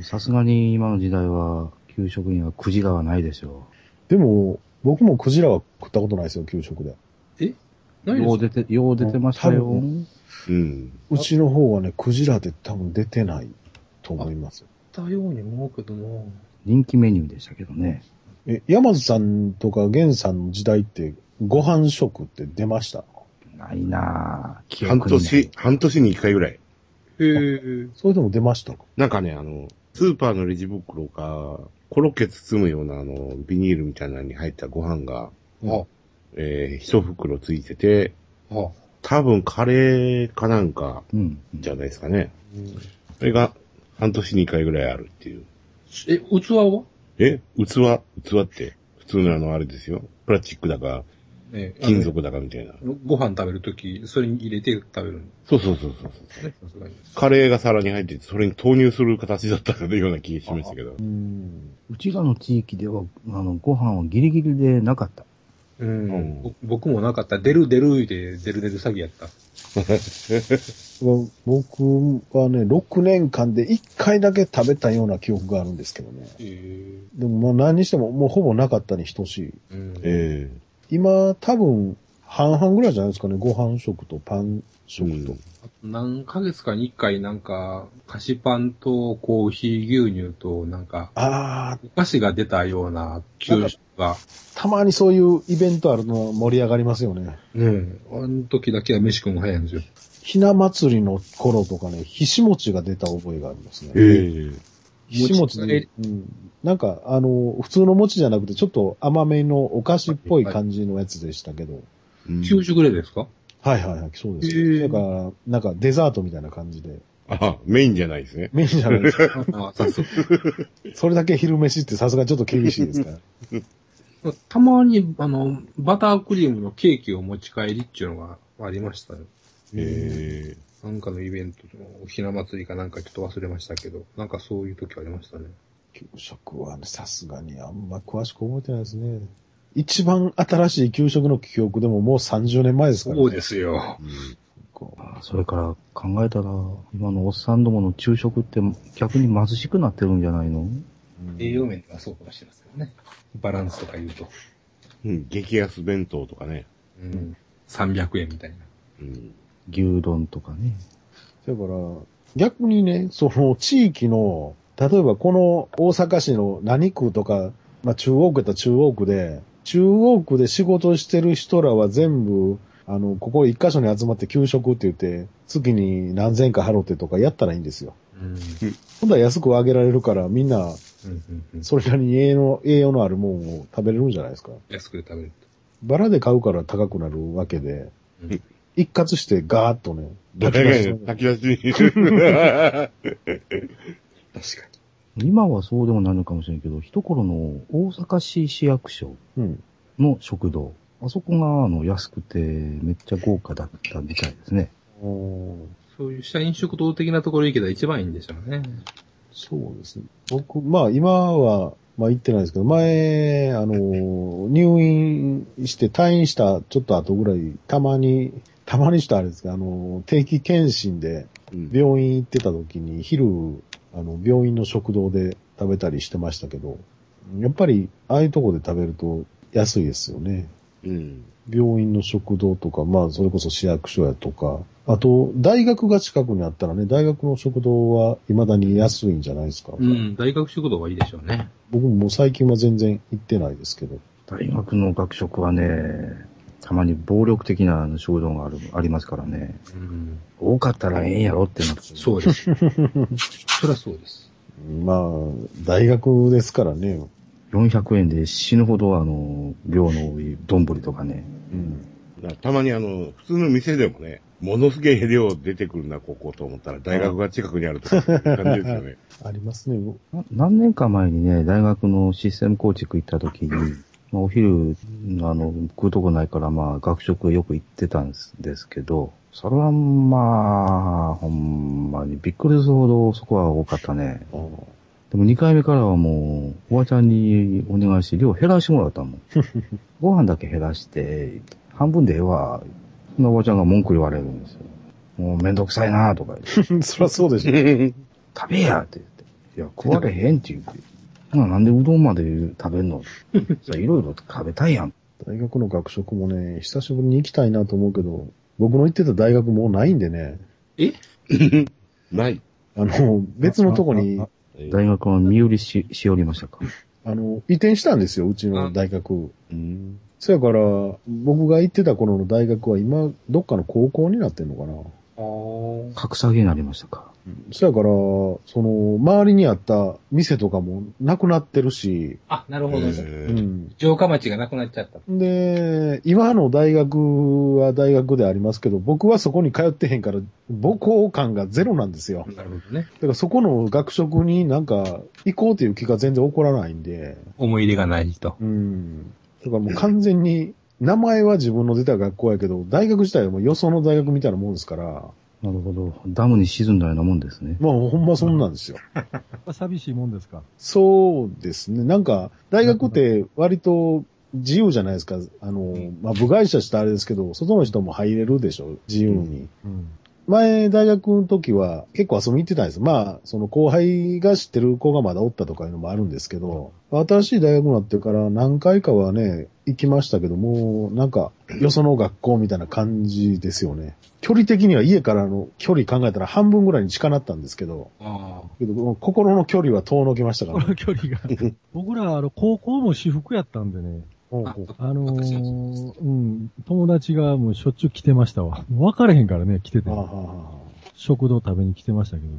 [SPEAKER 5] さすがに今の時代は、給食にはクジラはないでしょ
[SPEAKER 3] でも、僕もクジラは食ったことないですよ、給食で。
[SPEAKER 4] ない
[SPEAKER 5] よう
[SPEAKER 4] で
[SPEAKER 5] 出て、よう出てましたよ。
[SPEAKER 3] 多分
[SPEAKER 1] うん。
[SPEAKER 3] うちの方はね、クジラで多分出てないと思います。
[SPEAKER 4] すったように思うけどな。
[SPEAKER 5] 人気メニューでしたけどね。
[SPEAKER 3] え、山津さんとか源さんの時代って、ご飯食って出ました
[SPEAKER 5] ないなぁ。記憶
[SPEAKER 1] 半
[SPEAKER 5] にない
[SPEAKER 1] 年、。半年に一回ぐらい。
[SPEAKER 4] へえ。
[SPEAKER 3] それでも出ましたか
[SPEAKER 1] なんかね、あの、スーパーのレジ袋か、コロッケ包むような、あの、ビニールみたいなのに入ったご飯が、
[SPEAKER 4] あ、
[SPEAKER 1] えー、一袋ついてて、
[SPEAKER 4] あ。
[SPEAKER 1] 多分カレーかなんか、
[SPEAKER 5] うん。
[SPEAKER 1] じゃないですかね。
[SPEAKER 4] うん
[SPEAKER 1] それが、半年に一回ぐらいあるっていう。
[SPEAKER 4] え、器は
[SPEAKER 1] え器器って、普通のあの、あれですよ。プラスチックだか、
[SPEAKER 4] ええ
[SPEAKER 1] 金属だかみたいな。
[SPEAKER 4] あのご飯食べるとき、それに入れて食べるんで
[SPEAKER 1] そうそうそうそうそう。
[SPEAKER 4] すね、さすがに。
[SPEAKER 1] カレーが皿に入ってて、それに投入する形だったような気がしましたけど
[SPEAKER 3] う。ん。
[SPEAKER 5] うちらの地域では、あの、ご飯はギリギリでなかった。
[SPEAKER 4] うん、
[SPEAKER 1] うん
[SPEAKER 4] ぼ僕もなかった。出る出るで、出る出る詐欺やった。
[SPEAKER 3] 僕はね、6年間で1回だけ食べたような記憶があるんですけどね。
[SPEAKER 4] え
[SPEAKER 3] でももう何にしても、もうほぼなかったに等しい。
[SPEAKER 4] えうん。
[SPEAKER 1] え
[SPEAKER 3] 今、多分、半々ぐらいじゃないですかね。ご飯食とパン
[SPEAKER 1] え
[SPEAKER 3] 食と。
[SPEAKER 4] あと何ヶ月かに一回なんか、菓子パンとコーヒー牛乳となんか、
[SPEAKER 3] ああ、
[SPEAKER 4] お菓子が出たような給食が、
[SPEAKER 3] たまにそういうイベントあるの盛り上がりますよね。
[SPEAKER 4] ねえ、あの時だけは飯食うの早いんですよ。
[SPEAKER 3] ひな祭りの頃とかね、ひし餅が出た覚えがあります
[SPEAKER 1] え
[SPEAKER 3] ね。
[SPEAKER 1] え
[SPEAKER 3] ひし餅で、うん、なんか、あの、普通の餅じゃなくて、ちょっと甘めのお菓子っぽい感じのやつでしたけど。
[SPEAKER 1] うん
[SPEAKER 4] 給食でです か
[SPEAKER 3] はいはいはい、そうです
[SPEAKER 4] へえ
[SPEAKER 3] よ。だから、なんかデザートみたいな感じで。
[SPEAKER 1] あ、メインじゃないですね。
[SPEAKER 3] メインじゃない ですか。
[SPEAKER 4] あそうそう
[SPEAKER 3] それだけ昼飯ってさすがちょっと厳しいですから。
[SPEAKER 4] たまに、あの、バタークリームのケーキを持ち帰りっていうのがありましたよ。
[SPEAKER 1] ええ
[SPEAKER 4] なんかのイベントの、ひな祭りかなんかちょっと忘れましたけど、なんかそういう時ありましたね。
[SPEAKER 3] 給食はね、さすがにあんま詳しく覚えてないですね。一番新しい給食の記憶でももう30年前ですから、ね。
[SPEAKER 4] そうですよ。
[SPEAKER 3] こう
[SPEAKER 5] あそれから考えたら、今のおっさんどもの昼食って逆に貧しくなってるんじゃないの
[SPEAKER 4] 栄養面ではそうかもしれませんね。バランスとか言うと。
[SPEAKER 1] うん。激安弁当とかね。
[SPEAKER 4] うん。300円みたいな。
[SPEAKER 1] うん。
[SPEAKER 5] 牛丼とかね。
[SPEAKER 3] だから、逆にね、その地域の、例えばこの大阪市の何区とか、まあ中央区やったら中央区で、中央区で仕事してる人らは全部、あの、ここ一箇所に集まって給食って言って、月に何千円か払ってとかやったらいいんですよ。
[SPEAKER 4] うん。
[SPEAKER 3] 今度は安く上げられるから、みんな、
[SPEAKER 4] うん。うん。
[SPEAKER 3] それなりに栄養の、栄養のあるもんを食べれるんじゃないですか。
[SPEAKER 4] 安くで食べると。
[SPEAKER 3] バラで買うから高くなるわけで
[SPEAKER 4] うん、
[SPEAKER 3] 一括してガーッとね、
[SPEAKER 1] 誰が炊き出しに。
[SPEAKER 4] 確か
[SPEAKER 5] 今はそうでもないのかもしれんけど、一頃の大阪市市役所
[SPEAKER 3] うん。
[SPEAKER 5] の食堂。あそこが、あの、安くて、めっちゃ豪華だったみたいですね。
[SPEAKER 3] うん
[SPEAKER 4] に。そういう社員食堂的なところ行けたら一番いいんでしょうね。
[SPEAKER 3] そうですね。僕、まあ今は、まあ行ってないですけど、前、あの、入院して退院したちょっと後ぐらい、たまに、 たまにしたあれですけど、あの、定期検診で
[SPEAKER 1] うん
[SPEAKER 3] 病院行ってた時に、昼、あの、病院の食堂で食べたりしてましたけど、やっぱり、ああいうとこで食べると安いですよね。
[SPEAKER 1] うん。
[SPEAKER 3] 病院の食堂とか、まあ、それこそ市役所やとか、あと、大学が近くにあったらね、大学の食堂は未だに安いんじゃないですか。
[SPEAKER 4] うん。大学食堂はいいでしょうね。
[SPEAKER 3] 僕ももう最近は全然行ってないですけど。
[SPEAKER 5] 大学の学食はね、たまに暴力的なあの食堂がある、ありますからね。
[SPEAKER 4] うん。
[SPEAKER 5] 多かったらええんやろってなって。
[SPEAKER 4] そうです。そりゃそうです。
[SPEAKER 3] まあ、大学ですからね。
[SPEAKER 5] 400円で死ぬほど、あの、量の多い丼とかね。
[SPEAKER 3] うん。
[SPEAKER 1] だからたまにあの、普通の店でもね、ものすげえ量出てくるな、ここと思ったら、大学が近くにあるとか、そういう感じですよね。
[SPEAKER 3] ありますね。
[SPEAKER 5] な何年か前にね、大学のシステム構築行った時に、まあ、お昼、あの、食うとこないから、まあ、学食よく行ってたんですですけど、それはまあ、ほんまにびっくりするほどそこは多かったね。
[SPEAKER 3] ああ
[SPEAKER 5] でも2回目からはもう、おばちゃんにお願いして、量減らしてもらったもん。ご飯だけ減らして、半分でええわ。そのおばちゃんが文句言われるんですよ。もうめんどくさいなとか言って、
[SPEAKER 3] そりゃそうでしょ。
[SPEAKER 5] 食べやって言って。いや、食われへんって言って。ほななんでうどんまで食べん のさいろいろ食べたいやん。
[SPEAKER 3] 大学の学食もね、久しぶりに行きたいなと思うけど、僕の行ってた大学もうないんでね、
[SPEAKER 1] ない。
[SPEAKER 3] あの、別のとこに
[SPEAKER 5] あ、あ大学は身売りし、しおりましたか
[SPEAKER 3] あの、移転したんですよ、うちの大学。
[SPEAKER 1] うん。
[SPEAKER 3] そやから、僕が行ってた頃の大学は今、どっかの高校になってんのかな。
[SPEAKER 4] あー
[SPEAKER 5] 格下げになりましたか
[SPEAKER 3] そやから、その、周りにあった店とかもなくなってるし、
[SPEAKER 6] あ、なるほど、ね。
[SPEAKER 1] え
[SPEAKER 3] う
[SPEAKER 1] ー
[SPEAKER 3] ん。
[SPEAKER 6] 城下町がなくなっちゃった。
[SPEAKER 3] で、今の大学は大学でありますけど、僕はそこに通ってへんから、母校感がゼロなんですよ。
[SPEAKER 4] なるほどね。
[SPEAKER 3] だからそこの学食になんか行こうという気が全然起こらないんで、
[SPEAKER 4] 思い入れがないと。
[SPEAKER 3] うん。だからもう完全に、名前は自分の出た学校やけど、大学自体はもうよその大学みたいなもんですから、まあ
[SPEAKER 5] なるほど。ダムに沈んだようなもんですね。
[SPEAKER 3] ほんまそんなんですよ。
[SPEAKER 7] 寂しいもんですか。
[SPEAKER 3] そうですね。なんか、大学って割と自由じゃないですか。あの、まあ、部外者したらあれですけど、外の人も入れるでしょ、自由に。
[SPEAKER 7] うん。
[SPEAKER 3] 前、大学の時は結構遊びに行ってたんです。まあ、その後輩が知ってる子がまだおったとかいうのもあるんですけど、新しい大学になってから何回かはね、行きましたけども、なんか、よその学校みたいな感じですよね。距離的には家からの距離考えたら半分ぐらいに近なったんですけど、
[SPEAKER 4] あ
[SPEAKER 3] けど心の距離は遠のきましたから
[SPEAKER 7] こ
[SPEAKER 3] ね、
[SPEAKER 7] の距 離が。僕ら、あの、高校も私服やったんでね。
[SPEAKER 4] あ。そっか
[SPEAKER 7] あの
[SPEAKER 4] 私はそうです
[SPEAKER 7] ー、うん、友達がもうしょっちゅう来てましたわ。もう分かれへんからね、来てて
[SPEAKER 3] あ。あああ
[SPEAKER 7] 食堂食べに来てましたけど。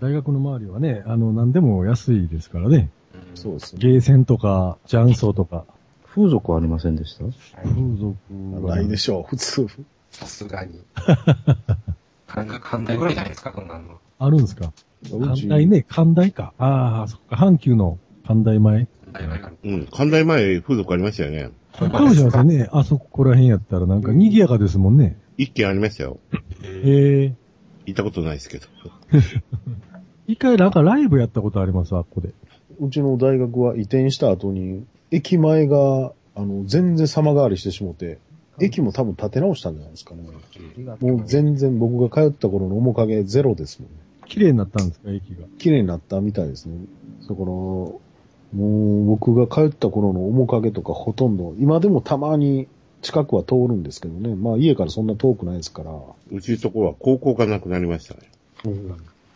[SPEAKER 7] 大学の周りはね、あの、何でも安いですからね。
[SPEAKER 4] うん
[SPEAKER 3] そうですね。
[SPEAKER 7] ゲーセンとか、雀荘とか、
[SPEAKER 5] 風俗はありませんでした
[SPEAKER 7] 風俗は
[SPEAKER 3] ないでしょう、普通。
[SPEAKER 4] さすがに。 半額反対ぐらいじゃないですか、そんなの。
[SPEAKER 7] あるんですか
[SPEAKER 3] う
[SPEAKER 7] 寛
[SPEAKER 3] ち
[SPEAKER 7] 大ね、寛大か。ああ、そっか、阪急の寛大前。
[SPEAKER 4] はいはいはい
[SPEAKER 1] うん。関大前、風俗ありましたよね。
[SPEAKER 7] かもしれませんね。あそこら辺やったらなんか賑やかですもんね。
[SPEAKER 1] 一軒ありましたよ。
[SPEAKER 7] へえ。
[SPEAKER 1] 行ったことないですけど。
[SPEAKER 7] 一回なんかライブやったことあります、あっこで。
[SPEAKER 3] うちの大学は移転した後に、駅前が、あの、全然様変わりしてしもて、駅も多分建て直したんじゃないですかね。もう全然僕が通った頃の面影ゼロですもんね。
[SPEAKER 7] 綺麗になったんですか、駅が。
[SPEAKER 3] 綺麗になったみたいですね。だから、もう僕が通った頃の面影とかほとんど、今でもたまに近くは通るんですけどね。まあ家からそんな遠くないですから。
[SPEAKER 1] うちのとこは高校がなくなりましたね。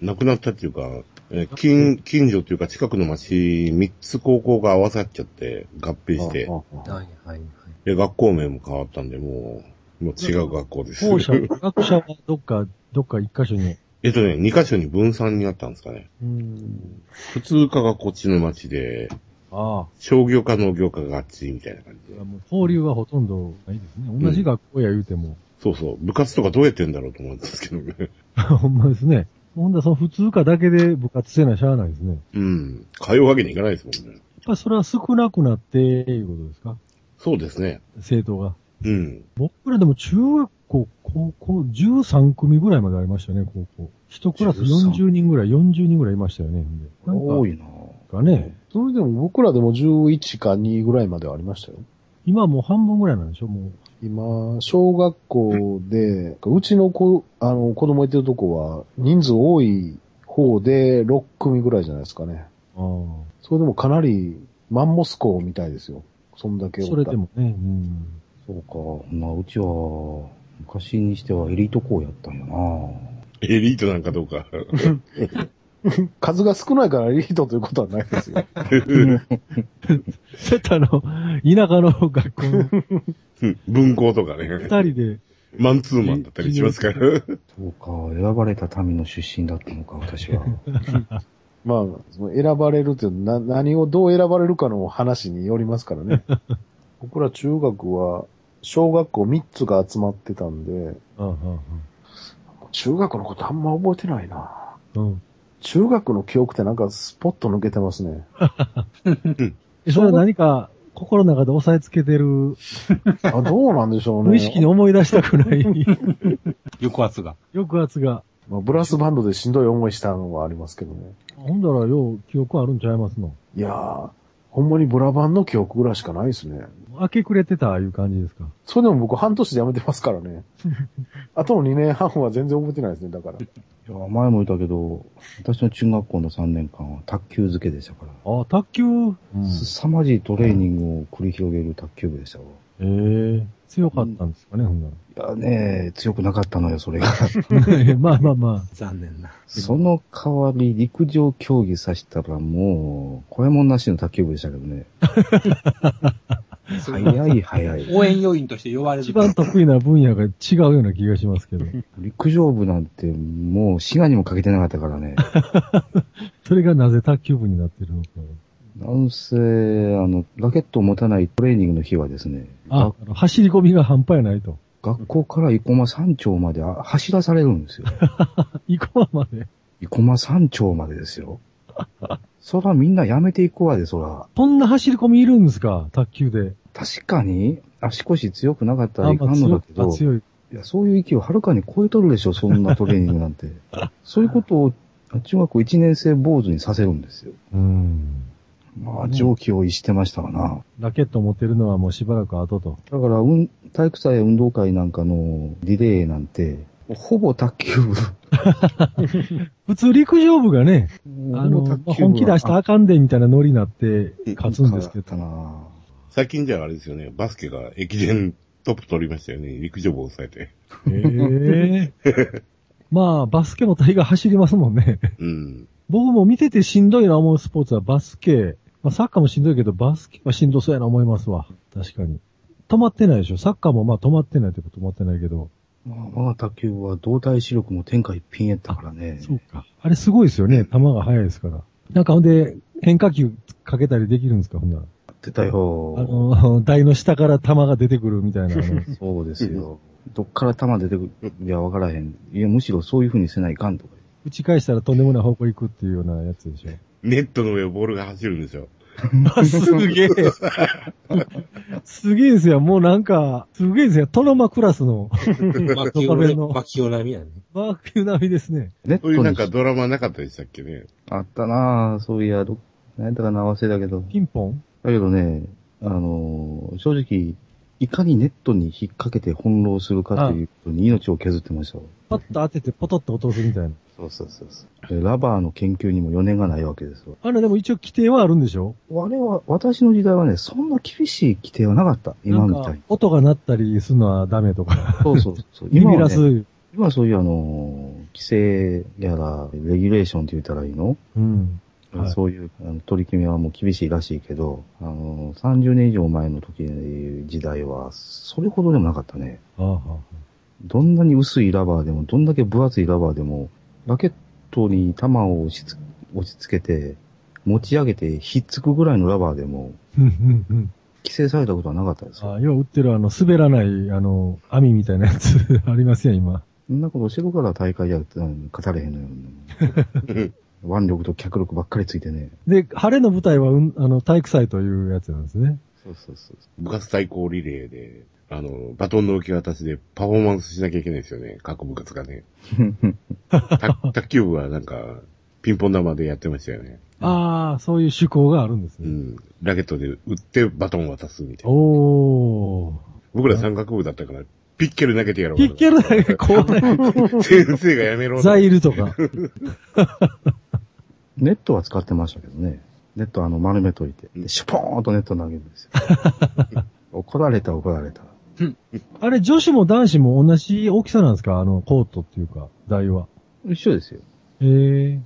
[SPEAKER 1] なくなったっていうか、えー近、近所というか近くの町、三つ高校が合わさっちゃって、合併して
[SPEAKER 3] あ、あああ
[SPEAKER 4] はいはい。
[SPEAKER 1] で、学校名も変わったんで、もう、もう違う学校です。
[SPEAKER 7] 校 舎、学舎はどっか、どっか一箇所に。
[SPEAKER 1] えっとね、二箇所に分散になったんですかね。
[SPEAKER 7] うん。
[SPEAKER 1] 普通科がこっちの町で、
[SPEAKER 7] あ
[SPEAKER 1] 商業科、農業科があっちみたいな感じで
[SPEAKER 7] あ、。もう交流はほとんどないですね。同じ学校や言うても。
[SPEAKER 1] そうそう、部活とかどうやってんだろうと思うんですけどね。
[SPEAKER 7] ほんまですね。ほんだらその普通科だけで部活せなしゃあないですね。やっ
[SPEAKER 1] うん。通うわけにいかないですもんね。
[SPEAKER 7] ぱりそれは少なくなって、いうことですか
[SPEAKER 1] そうですね。
[SPEAKER 7] 生徒が。
[SPEAKER 1] うん。
[SPEAKER 7] 僕らでも中学校、高校、13組ぐらいまでありましたよね、高校。一クラス40人ぐらい、40人ぐらいいましたよね。ほんでなん
[SPEAKER 5] 多
[SPEAKER 7] か
[SPEAKER 5] いな
[SPEAKER 7] かね、
[SPEAKER 3] それでも僕らでも11か2ぐらいまではありましたよ。
[SPEAKER 7] 今もう半分ぐらいなんでしょもう。
[SPEAKER 3] 今、小学校で、うちの子、あの、子供いてるとこは、人数多い方で6組ぐらいじゃないですかね。
[SPEAKER 7] ああ。
[SPEAKER 3] それでもかなり、マンモス校みたいですよ。そんだけおった
[SPEAKER 7] それで。もね、うん。
[SPEAKER 5] そうか。まあ、うちは、昔にしてはエリート校やったんやな
[SPEAKER 1] エリートなんかどうか。
[SPEAKER 3] 数が少ないからエリートということはないです よ。
[SPEAKER 7] そうやったらあの、田舎の学校の
[SPEAKER 1] うん文校とかね。
[SPEAKER 7] 二人 で、
[SPEAKER 1] マンツーマンだったりしますから。
[SPEAKER 5] そうか。選ばれた民の出身だったのか、私は。
[SPEAKER 3] まあ、その選ばれるっていうな、何をどう選ばれるかの話によりますからね。 僕ら中学は、小学校3つが集まってたんで、
[SPEAKER 7] ああ、あ
[SPEAKER 3] 中学のことあんま覚えてないな。
[SPEAKER 7] あ、うん。
[SPEAKER 3] 中学の記憶ってなんかスポッと抜けてますね。
[SPEAKER 7] えそれは何か、心の中で押さえつけてる、
[SPEAKER 3] あ、どうなんでし ょうね。
[SPEAKER 7] 無意識に思い出したく ない、
[SPEAKER 4] 抑圧が。
[SPEAKER 7] 抑圧が。
[SPEAKER 3] まあ、ブラスバンドでしんどい思いしたのはありますけどね。
[SPEAKER 7] ほんだらよう記憶あるんちゃいますの
[SPEAKER 3] いやー、ほんまにブラバンの記憶ぐらいしかないですね。
[SPEAKER 7] 明け暮れてたいう感じですか。
[SPEAKER 3] それでも僕半年で辞めてますから ね。あとの2年半は全然覚えてないですね、だから。
[SPEAKER 5] いや、前も言ったけど、私の中学校の3年間は卓球漬けでしたから、
[SPEAKER 7] ああ、卓球、うん、
[SPEAKER 5] 凄まじいトレーニングを繰り広げる卓球部でしたわ。
[SPEAKER 7] ええ強かったんですかね、ほんなら。
[SPEAKER 5] いやね、強くなかったのよ、それが。
[SPEAKER 7] まあまあま
[SPEAKER 4] 残念な。
[SPEAKER 5] その代わり陸上競技させたらもう、これもなしの卓球部でしたけどね。早い早い。
[SPEAKER 6] 応援要員として呼ば
[SPEAKER 7] あ。
[SPEAKER 6] れ
[SPEAKER 7] 一
[SPEAKER 6] る。
[SPEAKER 7] 番得意な分野が違うような気がし ますけど。
[SPEAKER 5] 陸上部なんてもう滋賀にもかけてなかったからね。
[SPEAKER 7] それがなぜ卓球部になってるのか。
[SPEAKER 5] なんせ、あの、ラケットを持たないトレーニングの日はですね、
[SPEAKER 7] あ、あの走り込みが半端やないと。
[SPEAKER 5] 学校から生駒山頂まであ走らされるんですよ。
[SPEAKER 7] 生駒まで。
[SPEAKER 5] 生駒山頂までですよ。そらみんなやめていくわで、そら。
[SPEAKER 7] そんな走り込みいるんですか、卓球で。
[SPEAKER 5] 確かに足腰強くなかったら
[SPEAKER 7] あ、
[SPEAKER 5] い
[SPEAKER 7] ま
[SPEAKER 5] か
[SPEAKER 7] あ
[SPEAKER 5] んの
[SPEAKER 7] 強
[SPEAKER 5] だ
[SPEAKER 7] い
[SPEAKER 5] け。
[SPEAKER 7] あ
[SPEAKER 5] ど、
[SPEAKER 7] 強い。
[SPEAKER 5] いや、そういう域をはるかに超えとるでしょ、そんなトレーニングなん て。そういうことを中学校1年生坊主にさせるんですよ。
[SPEAKER 7] うん。
[SPEAKER 5] まあ、常軌を逸してましたわな。
[SPEAKER 7] ラケット持てるのはもうしばらく後と。
[SPEAKER 5] だから、うん、体育祭運動会なんかのリレーなんて、ほぼ卓球部。
[SPEAKER 7] 普通陸上部がね、 あ
[SPEAKER 5] ほ
[SPEAKER 7] の、
[SPEAKER 5] ぼ卓
[SPEAKER 7] ま
[SPEAKER 5] 球部
[SPEAKER 7] あ本気出したらあかんでみたいなノリになって勝つんですけ
[SPEAKER 5] いいから
[SPEAKER 7] ど。
[SPEAKER 5] だったな
[SPEAKER 1] 最近じゃああれですよね、バスケが駅伝トップ取りましたよね、陸上部を抑えて。
[SPEAKER 7] ええまあ、バスケも大概走りますもんね。
[SPEAKER 1] うん。
[SPEAKER 7] 僕も見ててしんどいな思うスポーツはバスケ。まあ、サッカーもしんどいけど、バスケはしんどそうやな思いますわ。確かに。止まってないでしょ。サッカーもまあ止まってないってこと止まってないけど。
[SPEAKER 5] まあ、我が卓球部は動体視力も天下一品やったからね。
[SPEAKER 7] そうか。あれすごいですよね。球が速いですから。なんかほんで、変化球かけたりできるんですかほんなら。
[SPEAKER 5] やってた
[SPEAKER 7] あ
[SPEAKER 5] よ。
[SPEAKER 7] の、 台の下から球が出てくるみたいな。あ の
[SPEAKER 5] そうですよ。どっから球出てくるいや、わからへん。いや、むしろそういう風にせないかんとか。
[SPEAKER 7] 打ち返したらとんでもない方向行くっていうようなやつでしょ。
[SPEAKER 1] ネットの上をボールが走るんですよ。
[SPEAKER 7] あすげえ。 すげえですよ。もうなんか、すげえですよ。トノマクラス の
[SPEAKER 4] バキオラミ、バキオラミやね。
[SPEAKER 7] バーク並みですね。
[SPEAKER 5] ネッ
[SPEAKER 1] そういうなんか
[SPEAKER 5] に
[SPEAKER 1] ドラマなかったでしたっけね。
[SPEAKER 5] あったなぁ、そういや、ど、なんだかな、忘れだけど。
[SPEAKER 7] ピンポン
[SPEAKER 5] だけどね、あのー正直、いかにネットに引っ掛けて翻弄するかということに命を削ってましたわ
[SPEAKER 7] パッと当ててポトッと落とすみたいな。
[SPEAKER 5] そうそうそうそう。でラバーの研究にも余念がないわけですわ。
[SPEAKER 7] あれでも一応規定はあるんでしょ
[SPEAKER 5] あれは、私の時代はね、そんな厳しい規定はなかった。今みた
[SPEAKER 7] ないん
[SPEAKER 5] に
[SPEAKER 7] か。音が鳴ったりするのはダメとか。
[SPEAKER 5] そうそうそう。今
[SPEAKER 7] 耳
[SPEAKER 5] は
[SPEAKER 7] らす。
[SPEAKER 5] ね、今はそういうあのー規制やら、レギュレーションって言ったらいいの
[SPEAKER 7] うん。はい
[SPEAKER 5] そういうあの取り決めはもう厳しいらしいけど、あの、30年以上前の時時代は、それほどでもなかったね。
[SPEAKER 7] ああは
[SPEAKER 5] どんなに薄いラバーでも、どんだけ分厚いラバーでも、ラケットに球を押しつ押し付けて、持ち上げてひっつくぐらいのラバーでも、
[SPEAKER 7] うんうんうん。
[SPEAKER 5] 規制されたことはなかったですよ。
[SPEAKER 7] ああ、要は売ってるあの、滑らない、あの、網みたいなやつ ありますよ、今。
[SPEAKER 5] そんなこと後ろから大会やったら語れへんのよ。 腕力と脚力ばっかりついてね。
[SPEAKER 7] で、晴れの舞台は、うん、あの、体育祭というやつなんですね。
[SPEAKER 5] そうそうそう。
[SPEAKER 1] 部活対抗リレーで、あの、バトンの受け渡しでパフォーマンスしなきゃいけないですよね、各部活が ね。た卓球部はなんか、ピンポン玉でやってましたよね。
[SPEAKER 7] ああ、そういう趣向があるんです
[SPEAKER 1] う
[SPEAKER 7] ね。
[SPEAKER 1] ん。ラケットで打ってバトン渡すみたいな。
[SPEAKER 7] おー。
[SPEAKER 1] 僕ら三角部だったから、ピッケル投げてやろうか
[SPEAKER 7] ピ
[SPEAKER 1] な。
[SPEAKER 7] ッケルなんか怖 い。
[SPEAKER 1] 先生がやめろ。
[SPEAKER 7] ザイルとか。
[SPEAKER 5] ネットは使ってましたけどね。ネットあの丸めといて、でシュポーンとネット投げるんです よ。怒られた怒られた。
[SPEAKER 7] あれ、女子も男子も同じ大きさなんですかあの、コートっていうか、台は。
[SPEAKER 5] 一緒ですよ。
[SPEAKER 7] ええ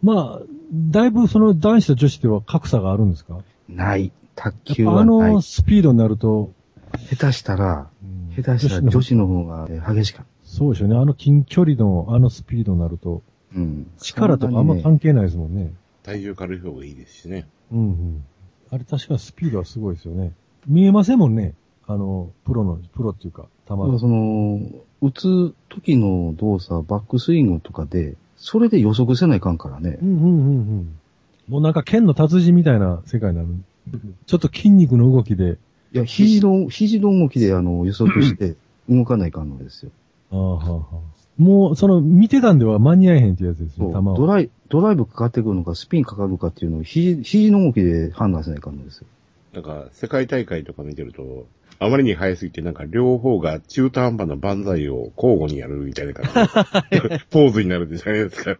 [SPEAKER 7] まあ、だいぶその男子と女子では格差があるんですか
[SPEAKER 5] ない。卓球
[SPEAKER 7] やっぱ
[SPEAKER 5] は
[SPEAKER 7] あ
[SPEAKER 5] ない。
[SPEAKER 7] のスピードになると、
[SPEAKER 5] 下手したら、
[SPEAKER 7] うん
[SPEAKER 5] 下手したら女子の方がえー激しかっ
[SPEAKER 7] そうでしょうね。あの近距離のあのスピードになると、
[SPEAKER 5] た。うん。
[SPEAKER 7] 力とかあん
[SPEAKER 5] そんな
[SPEAKER 7] ま
[SPEAKER 5] にね
[SPEAKER 7] 関係ないですもんね。
[SPEAKER 1] 体重軽い方がいいですしね。
[SPEAKER 7] うんうん。あれ確かスピードはすごいですよね。見えませんもんね。あの、プロの、プロっていうか、球
[SPEAKER 5] だから
[SPEAKER 7] が。
[SPEAKER 5] その、打つ時の動作、バックスイングとかで、それで予測せないかんからね
[SPEAKER 7] う。んうんうんうん。もうなんか剣の達人みたいな世界になる。ちょっと筋肉の動きで、
[SPEAKER 5] いや、肘の、肘の動きであの予測 して動かないかんのですよ。
[SPEAKER 7] ああはあはあもう、その、見てたんでは間に合えへんってやつです
[SPEAKER 5] そ
[SPEAKER 7] ね、
[SPEAKER 5] う
[SPEAKER 7] 球を。
[SPEAKER 5] ドライ、ドライブかかってくるのか、スピンかかるかっていうのを肘、肘の動きで判断せないかんのですよ。
[SPEAKER 1] なんか、世界大会とか見てると、あまりに早すぎて、なんか両方が中途半端な万歳を交互にやるみたいな感じ でポーズになるじゃないですか。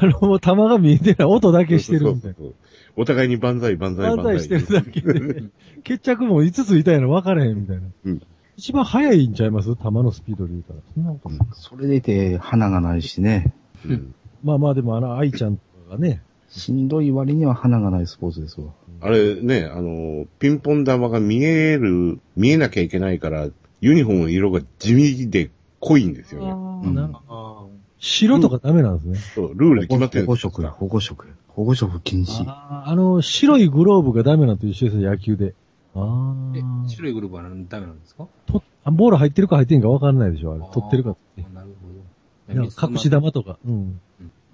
[SPEAKER 7] あの、もう弾が見えてない。音だけしてるみた
[SPEAKER 1] そ
[SPEAKER 7] いな。
[SPEAKER 1] うそうそうお互いに万歳、万歳、
[SPEAKER 7] 万歳してるだけで。 決着も5つ痛いの分からへんみたいな。
[SPEAKER 1] うん
[SPEAKER 7] 一番速いんちゃいます弾のスピードで言うたら。そんなことない
[SPEAKER 5] それでいて、花がないしね、
[SPEAKER 1] うん
[SPEAKER 7] まあまあでもあの、愛ちゃんとかね、
[SPEAKER 5] しんどい割には花がないスポーツですわ。
[SPEAKER 1] あれね、あの、ピンポン玉が見える、見えなきゃいけないから、ユニフォームの色が地味で濃いんですよね。
[SPEAKER 5] うん
[SPEAKER 7] なんか
[SPEAKER 4] ああ。
[SPEAKER 7] 白とかダメなんですね。
[SPEAKER 1] そう、ルールで決まってるんで
[SPEAKER 5] 保護
[SPEAKER 1] すよ
[SPEAKER 5] 色や、保護色や。保護色禁止。
[SPEAKER 7] あーあの、白いグローブがダメなんと一緒ですよ、野球で。あ
[SPEAKER 4] え、
[SPEAKER 7] あ。
[SPEAKER 4] 白いグループは何ダメなんですか
[SPEAKER 7] とあボール入ってるか入ってんか分かんないでしょ、あれ。取ってるか。
[SPEAKER 4] あーなるほど。
[SPEAKER 7] なんか隠し玉とか。うん。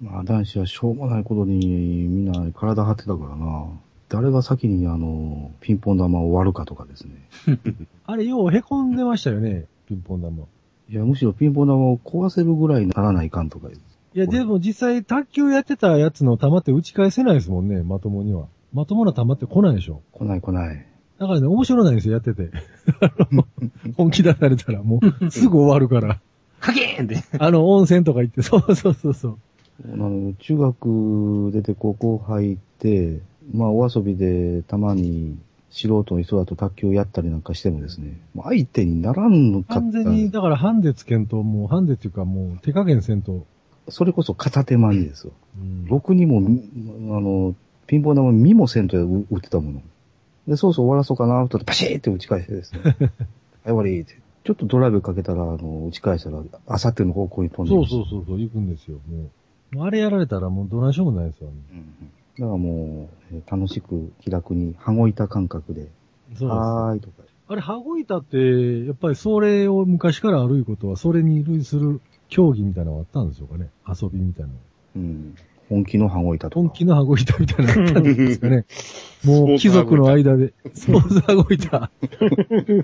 [SPEAKER 5] まあ男子はしょうもないことにみんな体張ってたからな。誰が先にあの、ピンポン玉を割るかとかですね。
[SPEAKER 7] あれ、よう凹んでましたよね、ピンポン玉。
[SPEAKER 5] いや、むしろピンポン玉を壊せるぐらいにならないかんとか言う。
[SPEAKER 7] いや、でも実際、卓球やってたやつの球って打ち返せないですもんね、まともには。まともな球って来ないでしょ。
[SPEAKER 5] 来ない来ない。
[SPEAKER 7] だからね、面白ないんですよ、やってて。 あの本気出されたらもう、すぐ終わるから。
[SPEAKER 4] かけーんって。
[SPEAKER 7] あの、温泉とか行って、そうそうそうそう。
[SPEAKER 5] あの中学出て高校入って、まあお遊びでたまに素人の人だと卓球やったりなんかしてもですね、まあ相手にならんのかった
[SPEAKER 7] 完全に、だから、ハンデつけんと、もう、ハンデっていうか、もう、手加減せんと。
[SPEAKER 5] それこそ片手間にですよ。
[SPEAKER 7] うん
[SPEAKER 5] ろくにも、あの、ピンポン玉見もせんとう打ってたもの。で、そうそう終わらそうかなと思ったらパシーって打ち返して ですね。はい、終わりって。ちょっとドライブかけたら、あの、打ち返したら、あさっての方向に飛んで
[SPEAKER 7] そうそうう。そうそう、行くんですよ、もう。もうあれやられたら、もう、どないしようもないですよ。
[SPEAKER 5] うんだからもう、えー楽しく気楽に、羽子板感覚で、
[SPEAKER 7] そう
[SPEAKER 5] はーいとか。
[SPEAKER 7] あれ、羽子板って、やっぱりそれを昔からあるいうことは、それに類する競技みたいなのがあったんでしょうかね。遊びみたいなの。
[SPEAKER 5] うん。本気の羽子板と
[SPEAKER 7] 本
[SPEAKER 5] か。
[SPEAKER 7] 気の羽子板みたいなのがあったんですかね。もう、貴族の間で、スポーツ 羽子板。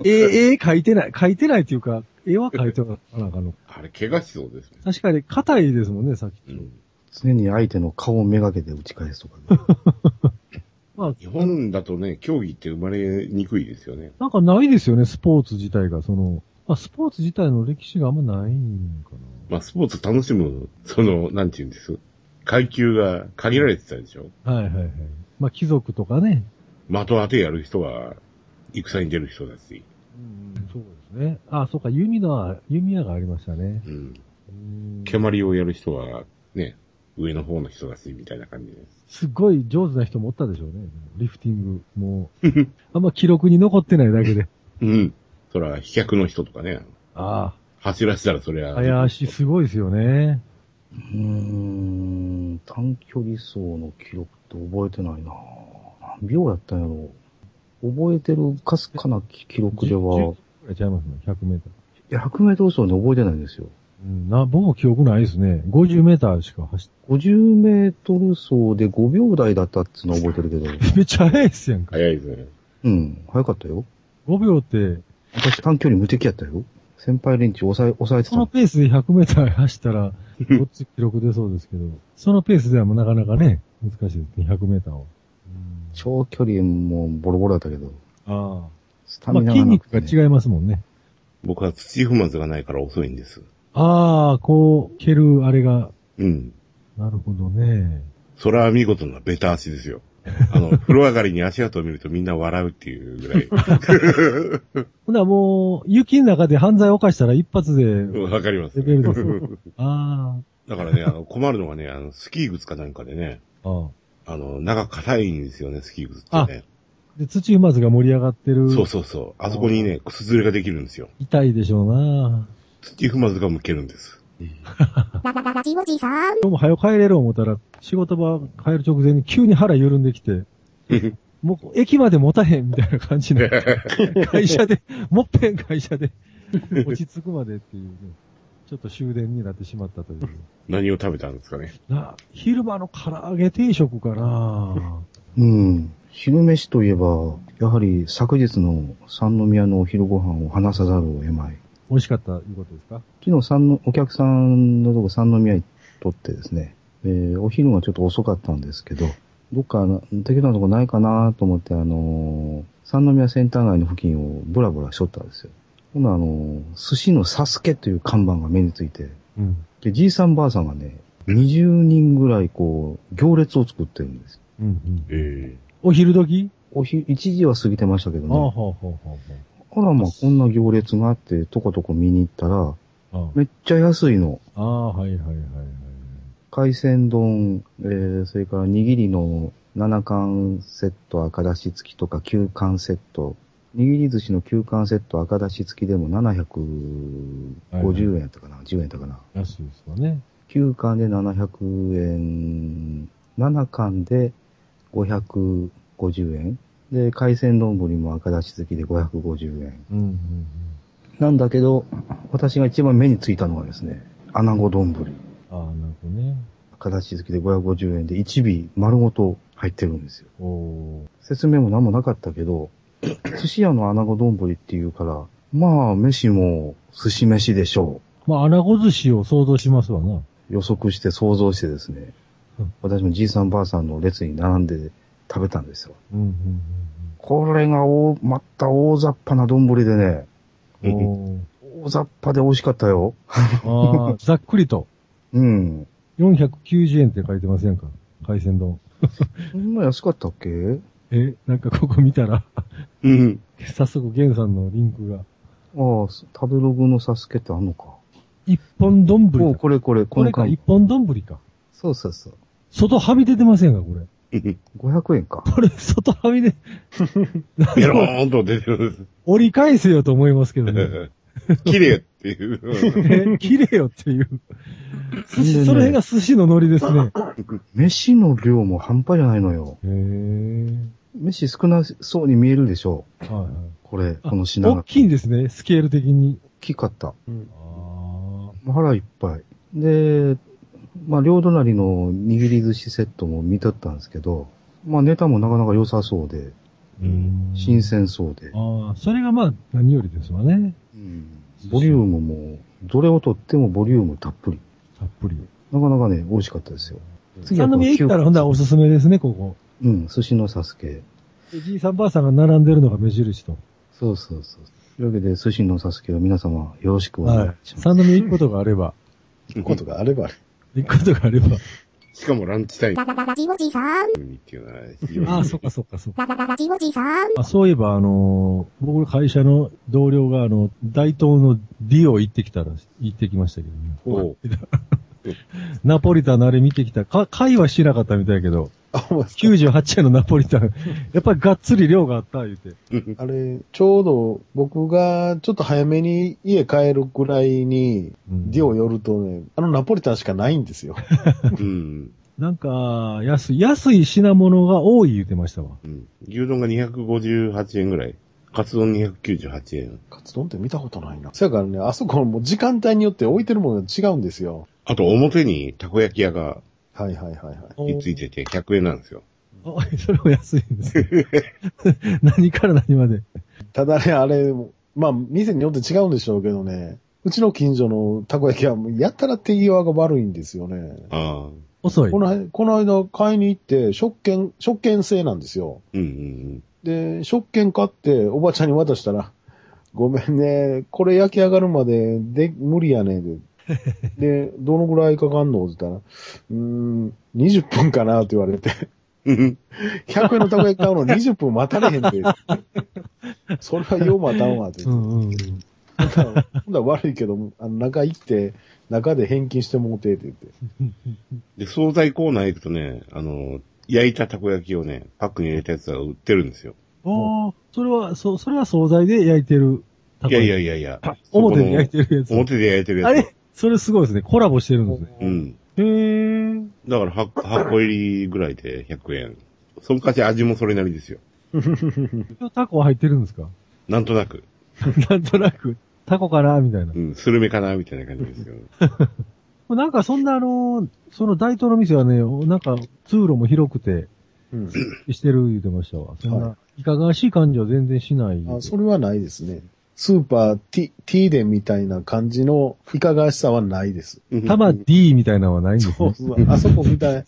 [SPEAKER 7] 絵、絵描いてない、描いてないっていうか、絵は描いてなかったのかの。
[SPEAKER 1] あれ、怪我しそうですね。
[SPEAKER 7] 確かに、硬いですもんね、さっき
[SPEAKER 1] う
[SPEAKER 7] と。
[SPEAKER 1] ん
[SPEAKER 5] 常に相手の顔をめがけて打ち返すとか、ね。
[SPEAKER 7] まあ、
[SPEAKER 1] 日本だとね、競技って生まれにくいですよね。
[SPEAKER 7] なんかないですよね、スポーツ自体が。その、まあ、スポーツ自体の歴史があんまないんか
[SPEAKER 1] まあ、スポーツ楽しむ、その、なんて言うんです階級が限られてたでしょ
[SPEAKER 7] な。はいはいはい。まあ、貴族とかね。
[SPEAKER 1] 的当てやる人は、戦に出る人だし。
[SPEAKER 7] そうですね。あ、そうか、弓の、弓矢がありましたね。
[SPEAKER 1] うん。
[SPEAKER 7] うん
[SPEAKER 1] 蹴鞠をやる人は、ね、上の方の人だし、みたいな感じです。
[SPEAKER 7] すっごい上手な人もおったでしょうね。リフティング、もう。あんま記録に残ってないだけで。
[SPEAKER 1] うん。そら、飛脚の人とかね、
[SPEAKER 7] あ
[SPEAKER 1] 走らせたらそり
[SPEAKER 7] あ。
[SPEAKER 1] ゃ、
[SPEAKER 7] 早足すごいですよね。
[SPEAKER 5] うーん、短距離走の記録って覚えてないな何秒やったんやろ覚えてるかすかな記記録では
[SPEAKER 7] 10、ぐらいちゃいますね、100メーター。
[SPEAKER 5] いや100メートル走ね覚えてないんですよ。
[SPEAKER 7] うん、な、僕も記憶ないですね。50メーターしか走っ
[SPEAKER 5] 50メートル走で5秒台だったっつうの覚えてるけ ど。
[SPEAKER 7] て、めっちゃ速いっすやんか。
[SPEAKER 1] 早いですね。
[SPEAKER 5] うん、早かったよ。
[SPEAKER 7] 5秒って、
[SPEAKER 5] 私短距離無敵やったよ。先輩連中抑え、抑えて
[SPEAKER 7] その
[SPEAKER 5] た。
[SPEAKER 7] ペースで100メーター走った ら、どっち記録出そうですけど、そのペースではもうなかなかね、難しいですね、100メーターを。
[SPEAKER 5] 長距離もボロボロだったけど、
[SPEAKER 7] あ
[SPEAKER 5] ス
[SPEAKER 7] あ。
[SPEAKER 5] タ
[SPEAKER 7] ま
[SPEAKER 5] ミ
[SPEAKER 7] あ、
[SPEAKER 5] ナ
[SPEAKER 7] 筋
[SPEAKER 5] がな
[SPEAKER 7] 肉
[SPEAKER 5] くて、
[SPEAKER 7] が
[SPEAKER 5] ね。
[SPEAKER 7] 違いますもんね。
[SPEAKER 1] 僕は土踏まずがないから遅いんです。
[SPEAKER 7] ああ、こう、蹴るあれが、
[SPEAKER 1] うん。
[SPEAKER 7] なるほどね。
[SPEAKER 1] そら見事なベタ足ですよ。あ の、風呂上がりに足跡を見るとみんな笑うっていうぐらい。
[SPEAKER 7] ほなもう、雪の中で犯罪を犯したら一 発で、
[SPEAKER 1] わかります
[SPEAKER 7] レ。ベルです。あ
[SPEAKER 1] だからね、あの、困るのがね、あの、スキー靴かなんかでね、
[SPEAKER 7] あ。ああ。
[SPEAKER 1] あの、中硬いんですよね、スキー靴ってね。
[SPEAKER 7] で、土踏まずが盛り上がってる。
[SPEAKER 1] そうそうそう。あそこにね、靴ずれができるんですよ。
[SPEAKER 7] 痛いでしょうな。
[SPEAKER 1] 土踏まずが向けるんです。
[SPEAKER 2] ララララジオジさん。
[SPEAKER 7] 今日も早く帰れる思ったら、仕事場帰る直前に急に腹緩んできて、もう駅まで持たへんみたいな感じで、会社で、もっぺん会社で、落ち着くまでっていうね、ちょっと終電になってしまったという。
[SPEAKER 1] 何を食べたんですかね。
[SPEAKER 7] な、昼間の唐揚げ定食かな
[SPEAKER 5] うん。昼飯といえば、やはり昨日の三宮のお昼ご飯を話さざるを得まい。
[SPEAKER 7] 美味しかったいうことですか
[SPEAKER 5] 昨日三の、お客さんのとこ三宮にとってですね、えーお昼がちょっと遅かったんですけど、どっかな適当なとこないかなと思って、あのー三宮センター街の付近をブラブラしとったんですよ。ほな、あのー寿司のサスケという看板が目について、
[SPEAKER 7] うん。
[SPEAKER 5] で、じいさんばあさんがね、20人ぐらいこう、行列を作ってるんです。
[SPEAKER 7] うんうん。
[SPEAKER 1] ええ
[SPEAKER 7] お昼時
[SPEAKER 5] おひ、一時は過ぎてましたけど
[SPEAKER 7] ああ、ほう
[SPEAKER 5] ね。
[SPEAKER 7] ほうほ
[SPEAKER 5] あら、まあ、こんな行列があって、とことこ見に行ったら、
[SPEAKER 7] うほう。
[SPEAKER 5] めっちゃ安いの。
[SPEAKER 7] ああ、はいはいはいはい。
[SPEAKER 5] 海鮮丼、えー、それから握りの7貫セット赤だし付きとか9貫セット。握り寿司の9貫セット赤だし付きでも750円やったかな、10円やったかな。
[SPEAKER 7] 安いですわね。
[SPEAKER 5] 9巻で700円、7巻で550円。で、海鮮丼も赤だし付きで550円。
[SPEAKER 7] うんうん
[SPEAKER 5] なんだけど、私が一番目についたのはですね、穴子丼。
[SPEAKER 7] うん。ああ、なるほどね。
[SPEAKER 5] 赤だし付きで550円で1尾丸ごと入ってるんですよ。
[SPEAKER 7] おお
[SPEAKER 5] 説明も何もなかったけど、 寿司屋の穴子丼っていうから、まあ、飯も寿司飯でしょ
[SPEAKER 7] ー。まあ、穴子寿司を想像しますわな。
[SPEAKER 5] う。予測して想像してですね
[SPEAKER 7] うん、
[SPEAKER 5] 私もじいさんばあさんの列に並んで食べたんですよ。
[SPEAKER 7] うんうん
[SPEAKER 5] これが大、また大雑把な丼でね、
[SPEAKER 7] うんうん。
[SPEAKER 5] 大雑把で美味しかったよ。
[SPEAKER 7] おーああ、ざっくりと。
[SPEAKER 5] うん。
[SPEAKER 7] 490円って書いてませんか海鮮丼。
[SPEAKER 5] そんな安かったっけ
[SPEAKER 7] え、なんかここ見た ら、
[SPEAKER 1] うん。
[SPEAKER 7] 早速ゲンさんのリンクが。
[SPEAKER 5] ああ、す食べログのサスケってあんのか。
[SPEAKER 7] 一本丼
[SPEAKER 5] もう
[SPEAKER 7] だ。
[SPEAKER 5] これこれ、
[SPEAKER 7] こ
[SPEAKER 5] こ
[SPEAKER 7] れ
[SPEAKER 5] の
[SPEAKER 7] か、
[SPEAKER 5] 間
[SPEAKER 7] 一。本丼か。
[SPEAKER 5] そうそうそう。
[SPEAKER 7] 外はみ出てませんかこれ。
[SPEAKER 5] 500円か。
[SPEAKER 7] これ、外はみ出、
[SPEAKER 1] ベローンと出てる。
[SPEAKER 7] 折り返せよと思いますけど ね。
[SPEAKER 1] 綺麗っていう。
[SPEAKER 7] え綺麗よっていう。
[SPEAKER 5] で
[SPEAKER 7] 寿司、
[SPEAKER 5] ね
[SPEAKER 7] その辺が寿司のノリです ね。
[SPEAKER 5] 飯の量も半端じゃないのよ。
[SPEAKER 7] へえ。
[SPEAKER 5] 飯少なそうに見えるでしょう。
[SPEAKER 7] はいはい。
[SPEAKER 5] これ、
[SPEAKER 7] あ
[SPEAKER 5] この品が。
[SPEAKER 7] 大きいんですね、スケール的に。
[SPEAKER 5] 大きかった。
[SPEAKER 7] あ
[SPEAKER 5] 腹いっぱい。で、まあ、両隣の握り寿司セットも見とったんですけど、まあ、ネタもなかなか良さそうで、
[SPEAKER 7] うん
[SPEAKER 5] 新。鮮そうで、
[SPEAKER 7] ああ、それがまあ、何よりですわね。
[SPEAKER 5] うんボリュームも、どれをとってもボリュームたっぷり。
[SPEAKER 7] たっぷり。
[SPEAKER 5] なかなかね、美味しかったですよ。
[SPEAKER 7] 三宮行ったら、ほんならおすすめですね、ここ。
[SPEAKER 5] うん、寿司のサスケ。
[SPEAKER 7] でじいさんばあさんが並んでるのが目印と。
[SPEAKER 5] そうそうそう。というわけで、寿司のサスケを皆様、よろしくお願い
[SPEAKER 7] はい。
[SPEAKER 5] します。
[SPEAKER 7] 三宮行くことがあれば。
[SPEAKER 3] 行くことがあれば、
[SPEAKER 7] 行くことがあれば。
[SPEAKER 1] しかもランチタイ
[SPEAKER 2] ララララジオジさん。
[SPEAKER 1] ムにっていうのは非常に。
[SPEAKER 7] ああ、そっかそっかそっか。
[SPEAKER 2] ララララジオジさん。
[SPEAKER 7] あそういえば、あのー僕の会社の同僚が、あの、大東の D を行ってきたら、行ってきましたけどね。
[SPEAKER 1] おう。
[SPEAKER 7] ナポリタンのあれ見てきた。か、会はしなかったみたいやけど、
[SPEAKER 3] あ、まあ
[SPEAKER 7] 98円のナポリタ ン、やっぱりがっつり量があった、言うて。
[SPEAKER 3] あれ、ちょうど僕がちょっと早めに家帰るぐらいに、
[SPEAKER 7] うん
[SPEAKER 3] ディオ寄るとね、あのナポリタンしかないんですよ。
[SPEAKER 1] うん。
[SPEAKER 7] なんか、安い、安い品物が多い言うてましたわ。
[SPEAKER 1] うん牛丼が258円ぐらい。カツ丼298円。
[SPEAKER 3] カツ丼って見たことないな。そやからね、あそこもう時間帯によって置いてるものが違うんですよ。
[SPEAKER 1] あと表にたこ焼き屋が
[SPEAKER 3] はいはいはいはい。
[SPEAKER 1] ついてて100円なんですよ。
[SPEAKER 7] あ、それも安いんです よ。何から何まで。
[SPEAKER 3] ただね、あれ、まあ、店によって違うんでしょうけどね、うちの近所のたこ焼きはもうやたら手際が悪いんですよね。
[SPEAKER 1] ああ。
[SPEAKER 7] 遅い
[SPEAKER 3] こ。のこの間買いに行って、食券、食券制なんですよ。
[SPEAKER 1] うんうん
[SPEAKER 3] で、食券買って、おばちゃんに渡したら、ごめんね、これ焼き上がるまで、で、無理やね ん。で、どのぐらいかかんのって言ったら、うーん、20分かなって言われて、
[SPEAKER 1] うん。うん
[SPEAKER 3] 100円のたこ焼き買うの20分待たれへんで。それはよう待たんわって
[SPEAKER 7] う
[SPEAKER 3] 言って。
[SPEAKER 7] んうんうん。
[SPEAKER 3] ほんならほんなら悪いけど、あの中行って、中で返金してもうてって言って。
[SPEAKER 1] で、惣菜コーナー行くとね、あの、焼いたたこ焼きをね、パックに入れたやつが売ってるんですよ。
[SPEAKER 7] ああ、それは、そ、それは惣菜で焼いてる。
[SPEAKER 1] いやいや
[SPEAKER 7] や。
[SPEAKER 1] いやいや。
[SPEAKER 7] 表で焼いてる
[SPEAKER 1] そ
[SPEAKER 7] やつ。
[SPEAKER 1] この表で焼いてるやつ。
[SPEAKER 7] あれそれすごいですね。コラボしてるんですね。
[SPEAKER 1] うん。
[SPEAKER 7] へー。
[SPEAKER 1] だから8、8個入りぐらいで100円。そのかし味もそれなりですよ。
[SPEAKER 7] タコは入ってるんですか
[SPEAKER 1] なんとなく。
[SPEAKER 7] なんとなく。タコかなみたいな
[SPEAKER 1] う。ん、スルメかなみたいな感じですけど。
[SPEAKER 7] なんかそんなあのー、その大東の店はね、なんか通路も広くて
[SPEAKER 3] うん。
[SPEAKER 7] してる言ってましたわ。そん
[SPEAKER 3] は
[SPEAKER 7] な、いかがわしい感じは全然しない。
[SPEAKER 3] あそれはないですね。スーパーティ、ティーデンみたいな感じのいかがわしさはないです。
[SPEAKER 1] うん
[SPEAKER 7] タマ D みたいなのはないんです
[SPEAKER 3] そう
[SPEAKER 7] ね。
[SPEAKER 3] そう。あそこみたい。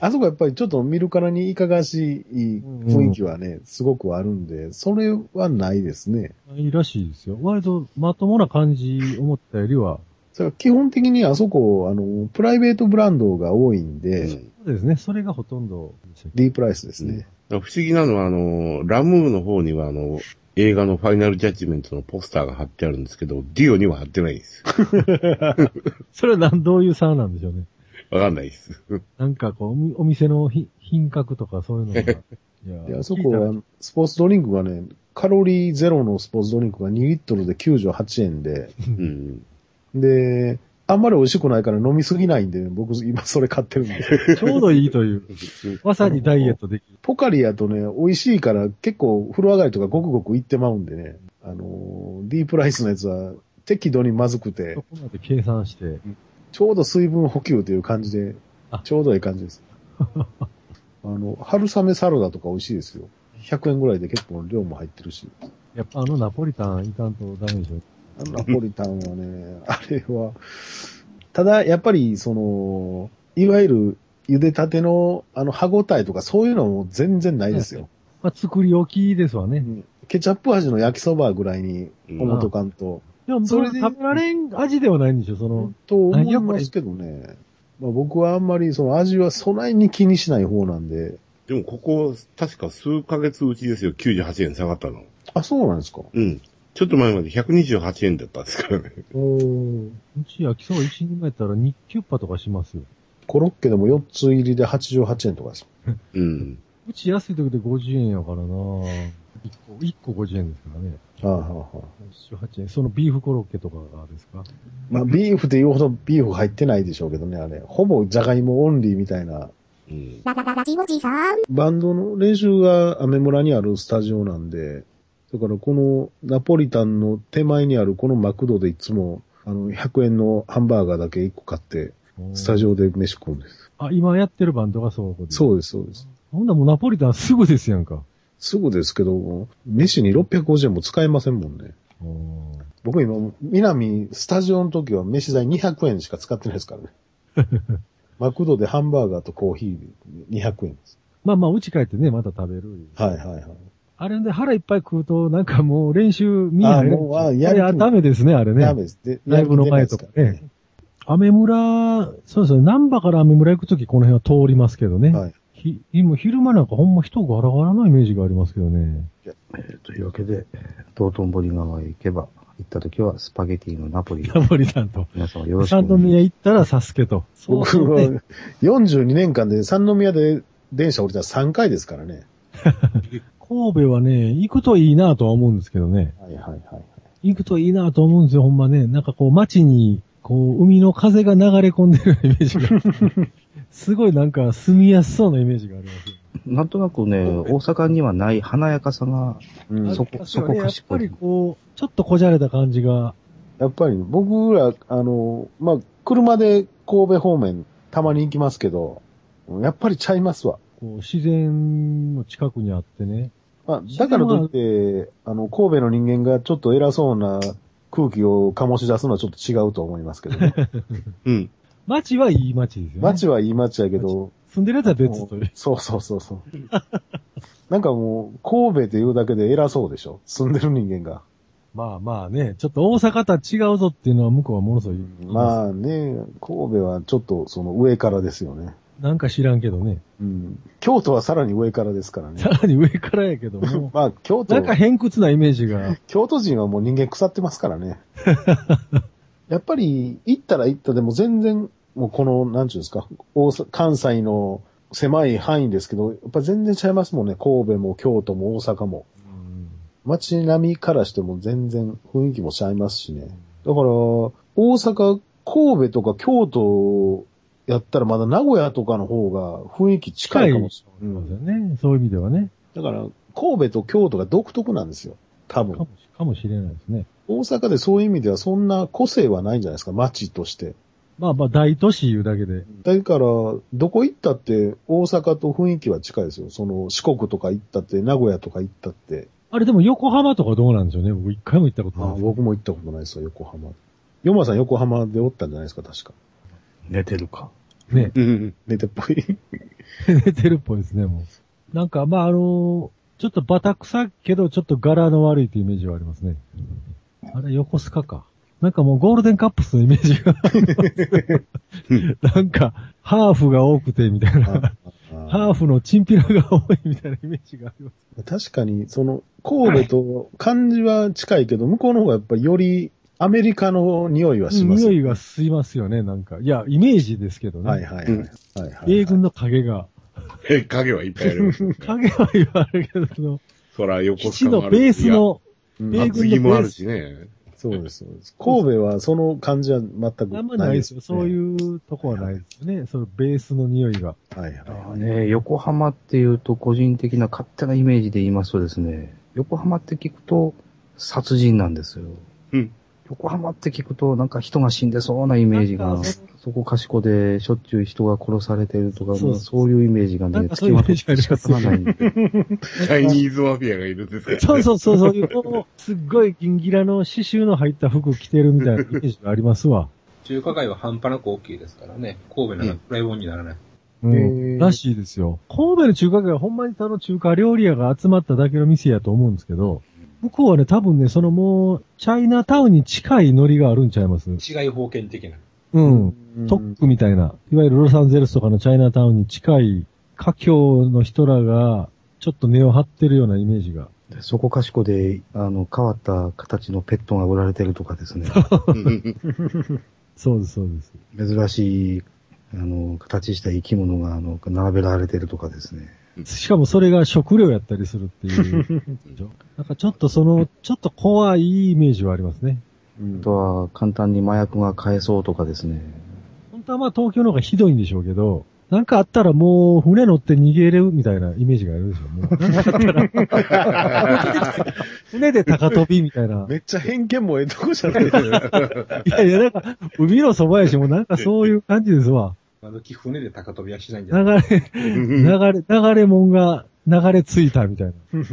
[SPEAKER 3] あそこやっぱりちょっと見るからにいかがしい雰囲気はね、すごくあるんで、それはないですね。
[SPEAKER 7] いいらしいですよ。割とまともな感じ思ったよりは、
[SPEAKER 3] それは基本的にあそこ、あの、プライベートブランドが多いんで、
[SPEAKER 1] うん
[SPEAKER 7] そうですね。それがほとんどでしたけど、
[SPEAKER 3] D プライスですね。
[SPEAKER 1] 不思議なのは、あの、ラムーの方には、あの、映画のファイナルジャッジメントのポスターが貼ってあるんですけど、ディオには貼ってないんです。
[SPEAKER 7] それはなんどういう差なんでしょうね。
[SPEAKER 1] わかんないです。
[SPEAKER 7] なんかこうおみ、お店のひ品格とかそういうの が。い
[SPEAKER 3] で、
[SPEAKER 7] や
[SPEAKER 3] あそこは、スポーツドリンクがね、カロリーゼロのスポーツドリンクが2リットルで98円で、
[SPEAKER 1] うん。
[SPEAKER 3] で、あんまり美味しくないから飲みすぎないんで、僕今それ買ってるんですよ。
[SPEAKER 7] ちょうどいい という。まさにダイエットできる。
[SPEAKER 3] ポカリやとね、美味しいから結構風呂上がりとかごくごくいってまうんでね、あの、D プライスのやつは適度にまずくて
[SPEAKER 7] そ、こまで計算して。
[SPEAKER 3] ちょうど水分補給という感じで
[SPEAKER 7] あ、
[SPEAKER 3] ちょうどいい感じです。あの、春雨サラダとか美味しいですよ。100円ぐらいで結構量も入ってるし。
[SPEAKER 7] やっぱあのナポリタンいかんとダメでしょ。
[SPEAKER 3] あのナポリタンはね、あれは、ただ、やっぱり、その、いわゆる、茹でたての、あの、歯ごたえとか、そういうのも全然ないですよ。
[SPEAKER 7] まあ、作り置きですわね。
[SPEAKER 3] ケチャップ味の焼きそばぐらいに、
[SPEAKER 1] うん
[SPEAKER 3] 思っとかんと。
[SPEAKER 7] でも、
[SPEAKER 3] そ
[SPEAKER 7] そ
[SPEAKER 3] れ
[SPEAKER 7] れ
[SPEAKER 3] で
[SPEAKER 7] 食べられん味ではないんでしょ、その。
[SPEAKER 3] と思いますけどね。まあ、僕はあんまり、その味はそないに気にしない方なんで。
[SPEAKER 1] でも、ここ、確か数ヶ月うちですよ、98円下がったの。
[SPEAKER 3] あ、そうなんですか。
[SPEAKER 1] うん。ちょっと前まで128円だったんですからね。
[SPEAKER 3] お
[SPEAKER 7] うち焼きそば一人前やったら2キュッパとかしますよ。
[SPEAKER 3] コロッケでも4つ入りで88円とかです。
[SPEAKER 1] うん。
[SPEAKER 7] うち安い時で50円やからな1個、1個50円ですからね。
[SPEAKER 3] はあ、はあはあ、
[SPEAKER 7] 18円。そのビーフコロッケとかがですか
[SPEAKER 3] まあ、ビーフで言うほどビーフ入ってないでしょうけどね、あれ。ほぼジャガイモオンリーみたいな。
[SPEAKER 1] うん。
[SPEAKER 2] ララララジオジさん。
[SPEAKER 3] バンドの練習がアメ村にあるスタジオなんで、だからこのナポリタンの手前にあるこのマクドでいつも、あの、100円のハンバーガーだけ1個買って、スタジオで飯食うんです。
[SPEAKER 7] あ、今やってるバンドがそうこで。。
[SPEAKER 3] そううです、そうです。
[SPEAKER 7] ほんだらもうナポリタンすぐですやんか。
[SPEAKER 3] すぐですけど、飯に650円も使えませんもんね。僕今、南、スタジオの時は飯代200円しか使ってないですからね。 マクドでハンバーガーとコーヒー200円です。
[SPEAKER 7] まあまあ、うち帰ってね、また食べる。
[SPEAKER 3] はいはいはい。
[SPEAKER 7] あれで腹いっぱい食うと、なんかもう練習見
[SPEAKER 3] あ
[SPEAKER 7] ない。
[SPEAKER 3] もうあ
[SPEAKER 7] い
[SPEAKER 3] やる気も
[SPEAKER 7] や、ダメですね、あれね。
[SPEAKER 3] ダメです。で
[SPEAKER 7] ライブの前とかね。アメ村、そうですね、南波からアメ村行くときこの辺は通りますけどね。
[SPEAKER 3] はい
[SPEAKER 7] ひ、今昼間なんかほんま人ガラガラなイメージがありますけどね。
[SPEAKER 5] えーというわけで、道頓堀川へ行けば、行った時はスパゲティのナポリ
[SPEAKER 7] ナポリタンと。
[SPEAKER 5] 皆様よろしく
[SPEAKER 7] サ
[SPEAKER 5] お
[SPEAKER 7] ンド
[SPEAKER 5] 願い
[SPEAKER 7] ミ
[SPEAKER 5] し
[SPEAKER 7] ヤ行ったらサスケと。
[SPEAKER 3] 僕
[SPEAKER 7] そうですね
[SPEAKER 3] は42年間で三宮で電車降りたら3回ですからね。
[SPEAKER 7] 神戸はね、行くといいなとは思うんですけどね。
[SPEAKER 3] はいはいはい。
[SPEAKER 7] 行くといいなと思うんですよ、ほんまね。なんかこう街に、こう海の風が流れ込んでるようなイメージが。 すごいなんか住みやすそうなイメージがあります。
[SPEAKER 5] ます。なんとなくね、大阪にはない華やかさが、
[SPEAKER 3] うん
[SPEAKER 5] そこ、そこ
[SPEAKER 7] や
[SPEAKER 5] か
[SPEAKER 7] っ
[SPEAKER 5] しこ
[SPEAKER 7] ぱ
[SPEAKER 5] い
[SPEAKER 7] り。こう、ちょっとこじゃれた感じが、
[SPEAKER 3] やっぱり僕ら、あの、まあ、車で神戸方面たまに行きますけど、やっぱりちゃいますわ。
[SPEAKER 7] こう自然の近くにあってね。
[SPEAKER 3] まあ、だからといって、あの、神戸の人間がちょっと偉そうな空気を醸し出すのはちょっと違うと思いますけどね。
[SPEAKER 1] うん。
[SPEAKER 7] 街はいい街ですよね。
[SPEAKER 3] 街はいい街やけど、
[SPEAKER 7] 住んでるやつは別という。
[SPEAKER 3] そうそうそうそう。なんかもう、神戸って言うだけで偉そうでしょ住んでる人間が。
[SPEAKER 7] まあまあね、ちょっと大阪とは違うぞっていうのは向こうはものすごい。あ。
[SPEAKER 3] まあね、神戸はちょっとその上からですよね。
[SPEAKER 7] なんか知らんけどね。
[SPEAKER 3] うん。京都はさらに上からですからね。
[SPEAKER 7] さ。らに上からやけども
[SPEAKER 3] まあ、京都
[SPEAKER 7] なん、か偏屈なイメージ が。
[SPEAKER 3] 京都人はもう人間腐ってますからね。やっぱり、行ったら行ったでも全然、もうこの、なんちゅうんですか、大阪関西の狭い範囲ですけど、やっぱ全然ちゃいますもんね。神戸も京都も大阪も。街並みからしても全然雰囲気もちゃいますしね。だから、大阪、神戸とか京都やったらまだ名古屋とかの方が雰囲気近いかもしれ
[SPEAKER 7] そう
[SPEAKER 3] な
[SPEAKER 7] です
[SPEAKER 3] い。
[SPEAKER 7] よね。そういう意味ではね。
[SPEAKER 3] だから、神戸と京都が独特なんですよ。多
[SPEAKER 7] かも
[SPEAKER 3] 分。
[SPEAKER 7] かもしれないですね。
[SPEAKER 3] 大阪でそういう意味ではそんな個性はないんじゃないですか、街として。
[SPEAKER 7] まあまあ、大都市いうだけで。
[SPEAKER 3] だから、どこ行ったって大阪と雰囲気は近いですよ。その四国とか行ったって、名古屋とか行ったって。
[SPEAKER 7] あれでも横浜とかどうなんでしょうね。僕一回も行ったこと
[SPEAKER 3] あ
[SPEAKER 7] ない
[SPEAKER 3] あ
[SPEAKER 7] です。
[SPEAKER 3] 僕も行ったことないですよ、横浜。ヨマさん横浜でおったんじゃないですか、確か。
[SPEAKER 5] 寝てるか。
[SPEAKER 7] ね、
[SPEAKER 1] うん。
[SPEAKER 3] 寝てっぽ い。
[SPEAKER 7] 寝てるっぽいですね、もう。なんか、まあ、あのちょっとバタ臭いけど、ちょっと柄の悪いというイメージはありますね。あれ、横須賀か。なんかもうゴールデンカップスのイメージが。なんか、ハーフが多くて、みたいな。ハーフのチンピラが多いみたいなイメージがあります。
[SPEAKER 3] 確かに、その、神戸と漢字は近いけど、向こうの方がやっぱりよりアメリカの匂いはします。
[SPEAKER 7] 匂いが吸いますよね、なんか。いや、イメージですけどね。
[SPEAKER 3] はいはいはい。はいはい
[SPEAKER 7] 米軍の影が。
[SPEAKER 1] え、影はいっぱいあります。
[SPEAKER 7] 影は言われるけど、その、
[SPEAKER 1] そら、横
[SPEAKER 7] 基
[SPEAKER 1] 須
[SPEAKER 7] 地
[SPEAKER 1] 賀も
[SPEAKER 7] の
[SPEAKER 1] あるし
[SPEAKER 7] ベース、の、
[SPEAKER 3] うん
[SPEAKER 7] 米軍の
[SPEAKER 1] 厚木もあるしね。
[SPEAKER 3] そうです、そうです。神戸はその感じは全く
[SPEAKER 7] あんま
[SPEAKER 3] な
[SPEAKER 7] ないい
[SPEAKER 3] で
[SPEAKER 7] ですす
[SPEAKER 3] ね
[SPEAKER 7] よ。そういうとこはないですよね。そのベースの匂いが。
[SPEAKER 3] はいは
[SPEAKER 5] ね、横浜っていうと個人的な勝手なイメージで言いますとですね、横浜って聞くと殺人なんですよ。
[SPEAKER 1] うん
[SPEAKER 5] 横浜って聞くとなんか人が死んでそうなイメージ
[SPEAKER 7] な
[SPEAKER 5] が
[SPEAKER 7] んか、
[SPEAKER 5] そこかしこでしょっちゅう人が殺されてるとか、
[SPEAKER 7] そう
[SPEAKER 5] まあそういうイメージが
[SPEAKER 7] な
[SPEAKER 5] ね
[SPEAKER 7] ん、かそういうイメージがあり
[SPEAKER 5] 仕
[SPEAKER 7] ます
[SPEAKER 5] 方がない。
[SPEAKER 1] チャイニーズマフィアがいるんですけど。
[SPEAKER 7] そうそうそうそういう、こうすっごいギンギラの刺繍の入った服着てるみたいなイメージがありますわ。
[SPEAKER 6] 中華街は半端なく大きいですからね。神戸ならフライボンにならない。
[SPEAKER 3] へ
[SPEAKER 7] う
[SPEAKER 3] ー
[SPEAKER 7] ん、らしいですよ。神戸の中華街はほんまにその中華料理屋が集まっただけの店やと思うんですけど、向こうはね、多分ね、そのもう、チャイナタウンに近いノリがあるんちゃいます
[SPEAKER 6] 違い封建的な。
[SPEAKER 7] う
[SPEAKER 3] い。
[SPEAKER 7] ん。トックみたいな、いわゆるロサンゼルスとかのチャイナタウンに近い、華僑の人らが、ちょっと根を張ってるようなイメージが。
[SPEAKER 5] でそこかしこで、あの、変わった形のペットが売られてるとかですね、
[SPEAKER 7] そうです、そうです。
[SPEAKER 5] 珍しい、あの、形した生き物が、あの、並べられてるとかですね。
[SPEAKER 7] しかもそれが食料やったりするっていう。なんかちょっとその、ちょっと怖いイメージはありますね。
[SPEAKER 3] うん
[SPEAKER 5] あとは、簡単に麻薬が買えそうとかですね。
[SPEAKER 7] 本当はまあ東京の方がひどいんでしょうけど、なんかあったらもう船乗って逃げれるみたいなイメージがあるでしょうね。なんか あったら船で高飛びみたいな。
[SPEAKER 3] めっちゃ偏見もええとこじゃ ないですか。
[SPEAKER 7] いやいや、なんか海のそばやし、もうなんかそういう感じですわ。
[SPEAKER 6] 今時船で高飛びはしないんじゃない
[SPEAKER 7] 流れ、流れ、流れもんが流れ着いたみたいな。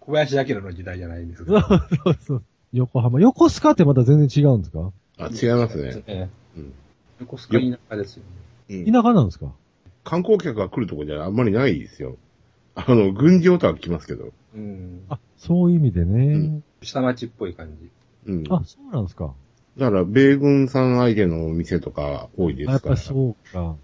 [SPEAKER 6] 小林明の時代じゃないんですけど。
[SPEAKER 7] そうそうそう。横浜。横須賀ってまた全然違うんですか
[SPEAKER 1] あ、違いますね。
[SPEAKER 6] ええ
[SPEAKER 1] うん
[SPEAKER 6] 横須賀田舎ですよね。
[SPEAKER 1] うん
[SPEAKER 7] 田舎なんですか
[SPEAKER 1] 観光客が来るとこじゃあんまりないですよ。あの、軍事オタは来ますけど。
[SPEAKER 6] うん。
[SPEAKER 7] あ、そういう意味でね。
[SPEAKER 6] 下町っぽい感じ。
[SPEAKER 1] うん。だ
[SPEAKER 7] あ、そうなんですか。
[SPEAKER 1] から、米軍さん相手のお店とか多いで
[SPEAKER 7] あや
[SPEAKER 1] す
[SPEAKER 7] っ
[SPEAKER 1] か
[SPEAKER 7] ぱ
[SPEAKER 1] ら。
[SPEAKER 7] そうか。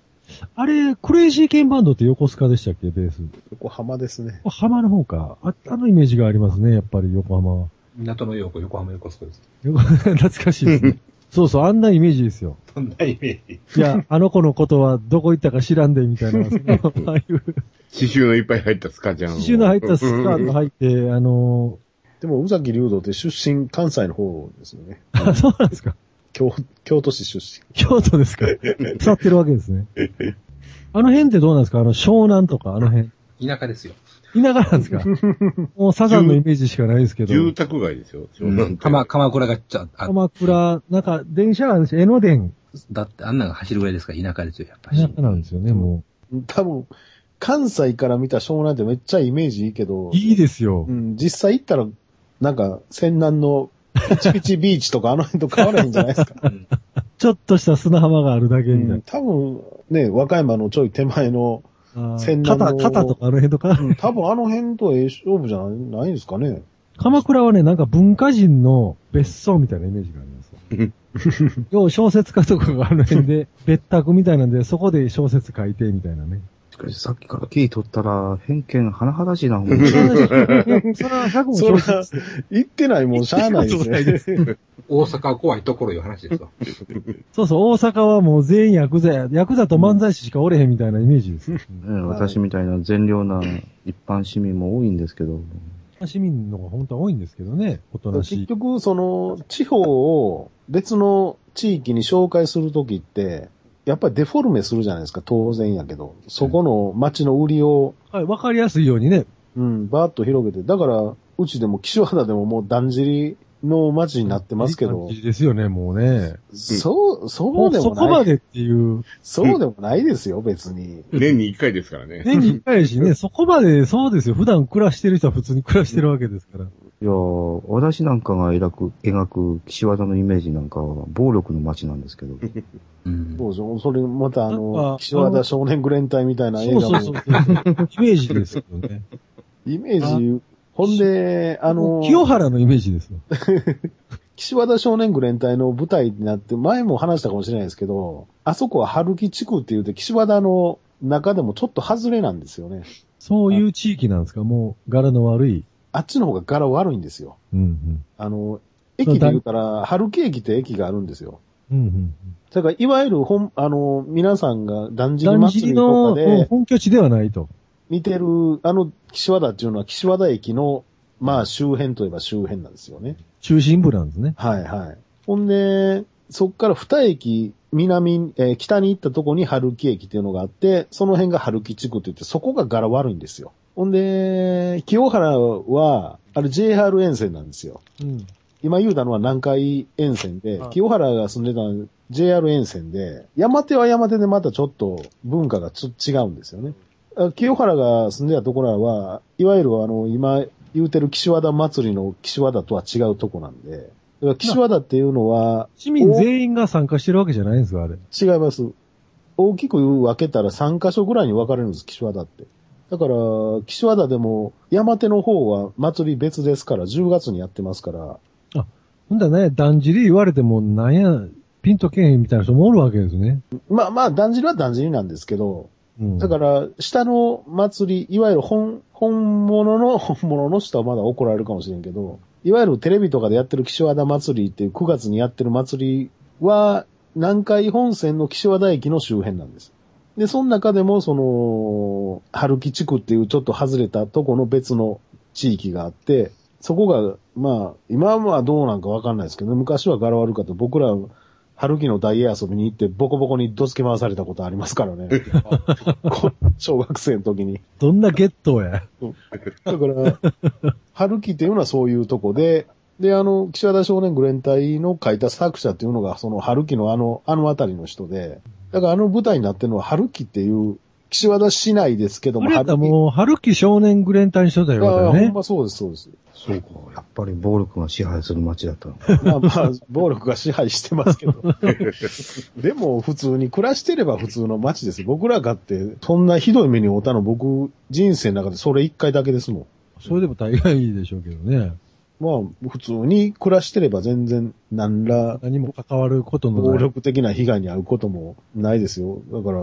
[SPEAKER 7] あれ、クレイジーケンバンドって横須賀でしたっけ、ベース。
[SPEAKER 3] 横浜ですね。
[SPEAKER 7] 横浜の方か。あ、あのイメージがありますね、やっぱり横浜は。
[SPEAKER 6] 港の横、横浜横須賀です。
[SPEAKER 7] 横 懐かしいですね。そうそう、あんなイメージですよ。
[SPEAKER 6] そんなイメージ。
[SPEAKER 7] いや、あの子のことはどこ行ったか知らんで、みたいな、そのああいう、
[SPEAKER 1] 刺繍のいっぱい入ったスカジャンを。
[SPEAKER 7] 刺繍の入ったスカート履いて、あの
[SPEAKER 3] でも、宇崎竜道って出身関西の方ですよね。
[SPEAKER 7] ー、あ、そうなんですか。
[SPEAKER 3] 京、京都市出身。
[SPEAKER 7] 京都ですか。腐ってるわけですね。あの辺ってどうなんですかあの湘南とか、あの辺。
[SPEAKER 6] 田舎ですよ。
[SPEAKER 7] 田舎なん ですかもうサザンのイメージしかないですけど。
[SPEAKER 1] 住宅街ですよ。湘南って
[SPEAKER 6] 鎌、鎌倉がちゃ、あ、
[SPEAKER 7] 鎌倉、なんか電車なんですよ。江ノ電。
[SPEAKER 6] だってあんなんが走るぐらいですから田舎ですよ、やっぱ
[SPEAKER 7] 田
[SPEAKER 6] り。
[SPEAKER 7] 舎なんですよね、も
[SPEAKER 3] 多分、関西から見た湘南ってめっちゃイメージいいけど
[SPEAKER 7] う。、いいですよ
[SPEAKER 3] う。ん、実際行ったら、なんか、泉南のピチピチビーチとかあの辺と変わらへんじゃないですか。
[SPEAKER 6] うん
[SPEAKER 7] ちょっとした砂浜があるだけ
[SPEAKER 3] う
[SPEAKER 7] みた
[SPEAKER 3] ん、
[SPEAKER 7] い
[SPEAKER 3] 多分、ね、和歌山のちょい手前の、
[SPEAKER 7] な。あー
[SPEAKER 3] 千段
[SPEAKER 7] 肩、
[SPEAKER 3] の
[SPEAKER 7] 肩とかあの辺とか。
[SPEAKER 3] 多分あの辺とええ勝負じゃないないんですかね。
[SPEAKER 7] 鎌倉はね、なんか文化人の別荘みたいなイメージがあります
[SPEAKER 1] うん。
[SPEAKER 7] 要は小説家とかがあの辺 で、別宅みたいなんで、そこで小説書いてみたいな ね。
[SPEAKER 5] しかしさっきから聞いとったら、偏見甚だしいな、 ほんま
[SPEAKER 7] そんなそら、100も小
[SPEAKER 3] そら
[SPEAKER 7] 説。
[SPEAKER 3] 行ってないもんしゃあないですね。
[SPEAKER 6] 大阪は怖いところいう話ですわ。
[SPEAKER 7] そうそう、大阪はもう全員ヤクザや、ヤクザと漫才師しかおれへんみたいなイメージです。
[SPEAKER 5] ね私みたいな善良な一般市民も多いんですけど、
[SPEAKER 7] 市民の方が本当は多いんですけどね、おとなし
[SPEAKER 3] 結
[SPEAKER 7] い。
[SPEAKER 3] 局、その、地方を別の地域に紹介するときって、やっぱりデフォルメするじゃないですか、当然やけど。そこの町の売りを、
[SPEAKER 7] はい、わかりやすいようにね。
[SPEAKER 3] うん、バーッと広げて。だから、うちでも岸和田でももうだんじりの街になってますけど
[SPEAKER 7] いい感、じですよね、もうね。
[SPEAKER 3] そう、そ
[SPEAKER 7] も
[SPEAKER 3] う
[SPEAKER 7] う
[SPEAKER 3] で
[SPEAKER 7] そ
[SPEAKER 3] も
[SPEAKER 7] こま
[SPEAKER 3] ない。
[SPEAKER 7] でっていう、
[SPEAKER 3] そうでもないですよ、別に。
[SPEAKER 1] 年に一回ですからね。
[SPEAKER 7] 年に一回や しね、そこまで、そうですよ。普段暮らしてる人は普通に暮らしてるわけですから。
[SPEAKER 5] いやー私なんかが描く、描く岸和田のイメージなんかは暴力の街なんですけど、
[SPEAKER 4] うん。
[SPEAKER 3] そうそうそれまたあ
[SPEAKER 7] なん
[SPEAKER 3] の
[SPEAKER 7] か、
[SPEAKER 3] 岸和田少年グレン隊みたいな映
[SPEAKER 7] そう
[SPEAKER 3] 画
[SPEAKER 7] そうそう。イ
[SPEAKER 3] の
[SPEAKER 7] メージですよね。
[SPEAKER 3] イメージ、ほんで、あの、
[SPEAKER 7] 清原のイメージですよ。
[SPEAKER 3] 岸和田少年グ連隊の舞台になって、前も話したかもしれないですけど、あそこは春木地区って言うて、岸和田の中でもちょっと外れなんですよね。
[SPEAKER 7] そういう地域なんですかもう、柄の悪い。
[SPEAKER 3] あっちの方が柄悪いんですよ。
[SPEAKER 7] うん
[SPEAKER 3] あの、駅で言うたら、春木駅って駅があるんですよ。
[SPEAKER 7] うん。うんうん
[SPEAKER 3] だから、いわゆる、ほん、あの、皆さんが、だんじり
[SPEAKER 7] 断じ
[SPEAKER 3] 祭
[SPEAKER 7] り
[SPEAKER 3] り
[SPEAKER 7] の
[SPEAKER 3] とか
[SPEAKER 7] うん
[SPEAKER 3] で、
[SPEAKER 7] 本拠地ではないと。
[SPEAKER 3] 見てる、あの、岸和田っていうのは、岸和田駅の、まあ、周辺といえば周辺なんですよね。
[SPEAKER 7] 中心部なんですね。
[SPEAKER 3] はいはい。ほんで、そっから二駅、南、えー北に行ったとこに春木駅っていうのがあって、その辺が春木地区って言って、そこが柄悪いんですよ。ほんで、清原は、あれ JR 沿線なんですよ。
[SPEAKER 7] うん。
[SPEAKER 3] 今言うたのは南海沿線で
[SPEAKER 7] はい、
[SPEAKER 3] 清原が住んでたのは JR 沿線で、山手は山手でまたちょっと文化がちょ違うんですよね。あ清原が住んでたところは、いわゆるあの、今言うてる岸和田祭りの岸和田とは違うとこなんで、だから岸和田っていうのは
[SPEAKER 7] 市民全員が参加してるわけじゃないんですかあれ。
[SPEAKER 3] 違います。大きく分けたら3箇所ぐらいに分かれるんです、岸和田って。だから、岸和田でも山手の方は祭り別ですから、10月にやってますから、
[SPEAKER 7] ほんだらね、だんじり言われても、なんや、ピンとけえへんみたいな人もおるわけですね。
[SPEAKER 3] まあまあ、だんじりはだんじりなんですけど、
[SPEAKER 7] うん。
[SPEAKER 3] だから、下の祭り、いわゆる本、本物の、 本物の人はまだ怒られるかもしれんけど、いわゆるテレビとかでやってる岸和田祭りっていう9月にやってる祭りは、南海本線の岸和田駅の周辺なんです。で、その中でも、その、春木地区っていうちょっと外れたとこの別の地域があって、そこが、まあ、今はどうなんかわかんないですけど、昔は柄悪かった。僕ら、春木の大家遊びに行って、ボコボコにどつけ回されたことありますからね。こ小学生の時に。
[SPEAKER 7] どんなゲットや。
[SPEAKER 3] だから、 春樹っていうのはそういうとこで、で、あの、岸和田少年グレン隊の書いた作者っていうのが、その春樹のあの、あのあたりの人で、だからあの舞台になってるのは春樹っていう、岸和田市内ですけど
[SPEAKER 7] こ
[SPEAKER 3] も、
[SPEAKER 7] れやったら
[SPEAKER 3] 木。
[SPEAKER 7] もう、春樹少年グレン隊にしとった
[SPEAKER 3] い
[SPEAKER 7] よ、
[SPEAKER 3] や
[SPEAKER 7] だ
[SPEAKER 3] ほ
[SPEAKER 7] よね
[SPEAKER 3] ん。まそうです、そうです。
[SPEAKER 5] そうか、やっぱり暴力が支配する街だったのか。
[SPEAKER 3] まあまあ、暴力が支配してますけど。 でも、普通に暮らしてれば普通の街です。僕らがって、そんなひどい目に遭ったの、僕、人生の中でそれ一回だけですもん。
[SPEAKER 7] それでも大概いいでしょうけどね。
[SPEAKER 3] まあ、普通に暮らしてれば全然、何ら、
[SPEAKER 7] 何も関わることの
[SPEAKER 3] 暴
[SPEAKER 7] ない。
[SPEAKER 3] 力的な被害に遭うこともないですよ。だから、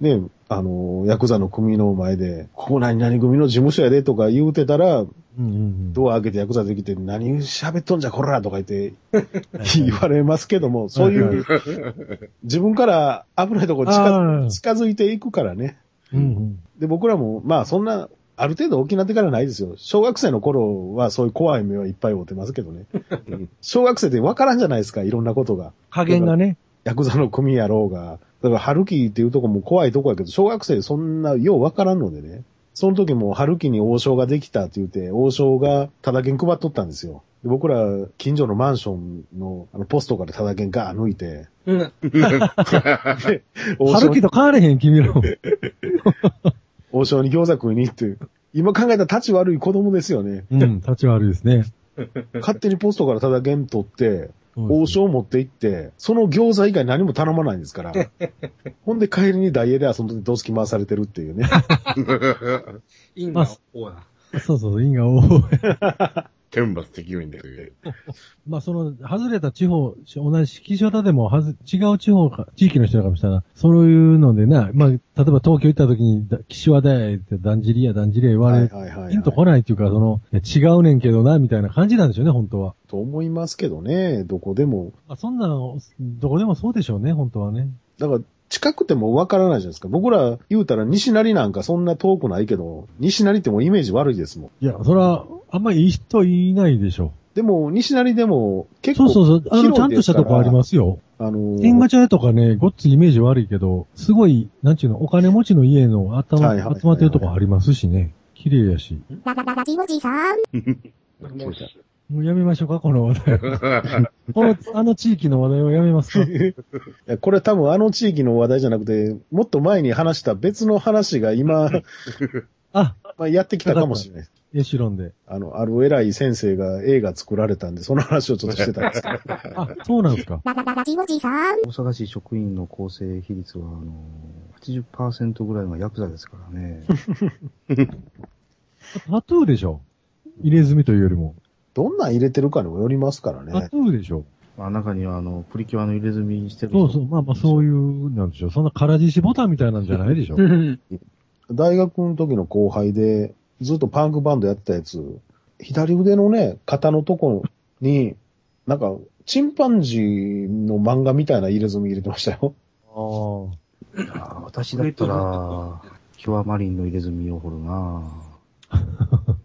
[SPEAKER 3] ね、あの、ヤクザの組の前で、ここ何々組の事務所やでとか言うてたら、
[SPEAKER 7] うんうんうん。
[SPEAKER 3] ドア開けてヤクザ出てきて、何喋っとんじゃこらとか言って
[SPEAKER 7] はい
[SPEAKER 3] 言われますけども、そういう、自分から危ないとこ近づ
[SPEAKER 7] ああ
[SPEAKER 3] 近づいていくからね。
[SPEAKER 7] うんうん。
[SPEAKER 3] で、僕らも、まあそんな、ある程度大きくなってからないですよ。小学生の頃はそういう怖い目はいっぱい負ってますけど ね。うん小学生って分からんじゃないですか、いろんなことが。
[SPEAKER 7] 加減がね。
[SPEAKER 3] ヤクザの組やろうが、だから春樹っていうとこも怖いとこやけど、小学生そんなようわからんのでね。その時も春樹に王将ができたって言って、王将がただ券配っとったんですよ。で僕ら、近所のマンションのあのポストからただ券ガー抜いて、
[SPEAKER 6] うん。
[SPEAKER 3] 王将
[SPEAKER 7] 春樹と変われへん、君らも。
[SPEAKER 3] 王将に餃子食いに行って、今考えたら立ち悪い子供ですよね。
[SPEAKER 7] うん、立ち悪いですね。
[SPEAKER 3] 勝手にポストからただ券取って、王
[SPEAKER 7] うん
[SPEAKER 3] 将持って行って、その餃子以外何も頼まないんですから。ほんで帰りにダイエーで遊んでどつき回されてるっていうね。
[SPEAKER 6] インの方だ。
[SPEAKER 7] そうそう、因果応報。
[SPEAKER 1] 天罰的面ですよ。
[SPEAKER 7] まあ、その、外れた地方、同じ岸和田でも、はず、違う地方か、地域の人かもしたら、そういうのでな、まあ、例えば東京行った時に、だ岸和田や、ってだんじりや、だんじりや言わ
[SPEAKER 3] は
[SPEAKER 7] れ
[SPEAKER 3] い
[SPEAKER 7] る。
[SPEAKER 3] はいはい、はい。
[SPEAKER 7] ピンとこないっていうか、その、いや違うねんけどな、みたいな感じなんでしょうね、本当は。
[SPEAKER 3] と思いますけどね、どこでも。
[SPEAKER 7] まあ、そんなの、どこでもそうでしょうね、本当はね。
[SPEAKER 3] だから、近くてもわからないじゃないですか。僕ら言うたら西成なんかそんな遠くないけど、西成ってもうイメージ悪いですもん。
[SPEAKER 7] いや、それは、あんまいい人いないでしょ
[SPEAKER 3] でも、西成でも
[SPEAKER 7] う。
[SPEAKER 3] 結
[SPEAKER 7] そ
[SPEAKER 3] 構、。
[SPEAKER 7] うそうそう、あの、ちゃんとしたとこありますすよ。
[SPEAKER 3] あの、
[SPEAKER 7] 天ガチャとかね、ごっつイメージ悪いけど、すごい、なんちゅうの、お金持ちの家の頭、
[SPEAKER 3] はいはいはいはい
[SPEAKER 7] 集まってるとこありますしね。綺麗やし。
[SPEAKER 2] ララララジオジさん。
[SPEAKER 6] もう、
[SPEAKER 7] もうやめましょうか、この話 題。この、あの地域の話題をやめますか。
[SPEAKER 3] いやこれ多分あの地域の話題じゃなくて、もっと前に話した別の話が 今、
[SPEAKER 7] あ、
[SPEAKER 3] まあやってきたかもしれないです。
[SPEAKER 7] エシュロンで。
[SPEAKER 3] あの、ある偉い先生が映画作られたんで、その話をちょっとしてたんですけ ど。
[SPEAKER 7] あ、そうなんですか。
[SPEAKER 2] ララララジオジさん。
[SPEAKER 5] 大阪市職員の構成比率は、あの、80%ぐらいはヤクザですからね。
[SPEAKER 7] タトゥーでしょ。入れ墨というよりも。
[SPEAKER 3] どんなん入れてるかにもよりますから
[SPEAKER 7] タ
[SPEAKER 3] ね。
[SPEAKER 7] トゥーでしょ。
[SPEAKER 5] まあ中には、あの、プリキュアの入れ墨してる人
[SPEAKER 7] そうそう、まあまあそういう、なんでしょう。そんな空獅子ボタンみたいなんじゃないでしょ。
[SPEAKER 3] 大学の時の後輩で、ずっとパンクバンドやってたやつ、左腕のね、肩のとこに、なんか、チンパンジーの漫画みたいな入れ墨入れてましたよ。
[SPEAKER 7] ああ。
[SPEAKER 5] いやー私だったら、キュアマリンの入れ墨を掘るな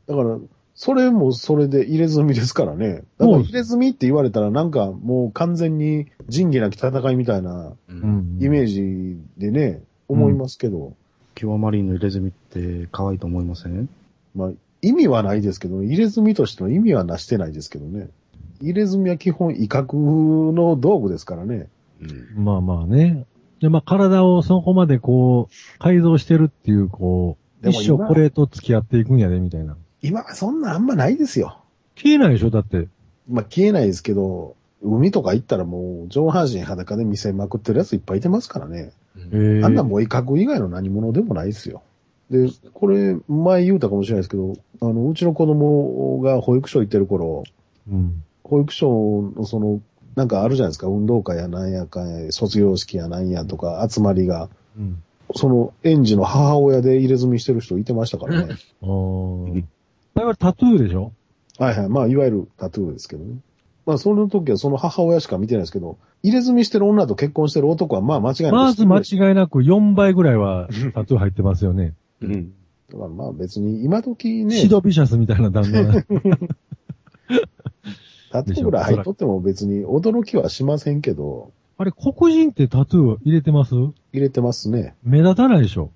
[SPEAKER 3] だから、それもそれで入れ墨ですからね。だから
[SPEAKER 7] もう
[SPEAKER 3] 入れ墨って言われたらなんかもう完全に仁義なき戦いみたいな
[SPEAKER 7] うん。
[SPEAKER 3] イメージでね、思いますけど、
[SPEAKER 5] キュアマリンの入れ墨って可愛いと思いません
[SPEAKER 3] まあ意味はないですけどね、入れ墨としての意味はなしてないですけどね。入れ墨は基本威嚇の道具ですからね。
[SPEAKER 1] うん。
[SPEAKER 7] まあまあね。で、まあ体をそこまでこう、改造してるっていう、こう、
[SPEAKER 3] でも
[SPEAKER 7] 一生
[SPEAKER 3] 今
[SPEAKER 7] これと付き合っていくんやで、みたいな。
[SPEAKER 3] 今はそんなあんまないですよ。
[SPEAKER 7] 消えないでしょだって。
[SPEAKER 3] まあ消えないですけど、海とか行ったらもう上半身裸で見せまくってるやついっぱいいてますからね。
[SPEAKER 7] え
[SPEAKER 3] あんなもう威嚇以外の何者でもないですよ。で、これ、前言うたかもしれないですけど、あの、うちの子供が保育所行ってる頃、
[SPEAKER 7] うん。
[SPEAKER 3] 保育所のその、なんかあるじゃないですか、運動会やなんやかんや、卒業式やなんやとか、集まりが、
[SPEAKER 7] うん。
[SPEAKER 3] その園児の母親で入れ墨してる人いてましたからね。
[SPEAKER 7] あーあれはタトゥーでしょ
[SPEAKER 3] はいはい。まあ、いわゆるタトゥーですけどね。まあ、その時はその母親しか見てないですけど、入れ墨してる女と結婚してる男は、まあ、間違いない
[SPEAKER 7] まず間違いなく4倍ぐらいはタトゥー入ってますよね。
[SPEAKER 1] うん。
[SPEAKER 3] だからまあ、別に今時 ね、
[SPEAKER 7] シドビシャスみたいな 旦那。
[SPEAKER 3] タトゥーぐらい入っとっても別に驚きはしませんけど、
[SPEAKER 7] あれ、黒人ってタトゥー入れてます
[SPEAKER 3] 入れてますね。
[SPEAKER 7] 目立たないでしょ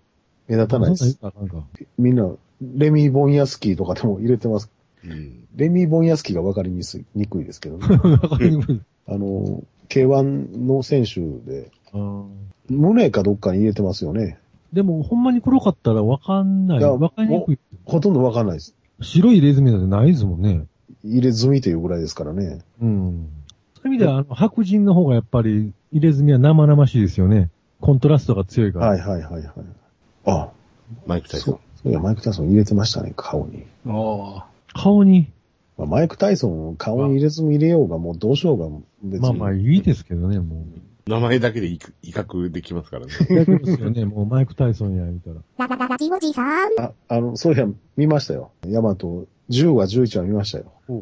[SPEAKER 3] 目立たないです。
[SPEAKER 7] あなんか
[SPEAKER 3] みんな、レミー・ボンヤスキーとかでも入れてます。
[SPEAKER 1] うん。
[SPEAKER 3] レミー・ボンヤスキーが分かりにすいにくいですけどね。
[SPEAKER 7] なんかわかりにくい。
[SPEAKER 3] あの、K1 の選手で、
[SPEAKER 7] あー
[SPEAKER 3] 胸かどっかに入れてますよね。
[SPEAKER 7] でも、ほんまに黒かったらわかんない。
[SPEAKER 3] いや
[SPEAKER 7] わかりにくい。
[SPEAKER 3] ほとんど分かんないです。
[SPEAKER 7] 白い入れ墨なんてないですもんね。
[SPEAKER 3] 入れ墨というぐらいですからね。
[SPEAKER 7] うん。そういう意味では、あの、白人の方がやっぱり入れ墨は生々しいですよね。コントラストが強いから。
[SPEAKER 3] はいはいはいはい。あ、
[SPEAKER 1] マイク・タイソ
[SPEAKER 3] そ
[SPEAKER 1] ン
[SPEAKER 3] う。。そういや、マイク・タイソン入れてましたね、顔に。
[SPEAKER 4] あ
[SPEAKER 7] 顔に。
[SPEAKER 3] まあ、マイク・タイソン顔に入れ墨入れようが、もうどうしようが別に。
[SPEAKER 7] まあまあ、いいですけどね、も
[SPEAKER 1] 名前だけで威威嚇できますからね。
[SPEAKER 7] う。いいですよね、もうマイク・タイソンや、みたいな。
[SPEAKER 2] ララララジオジさん。
[SPEAKER 3] あ、あの、そういや、見ましたよ。ヤマト、10話、11話見ましたよ。
[SPEAKER 7] う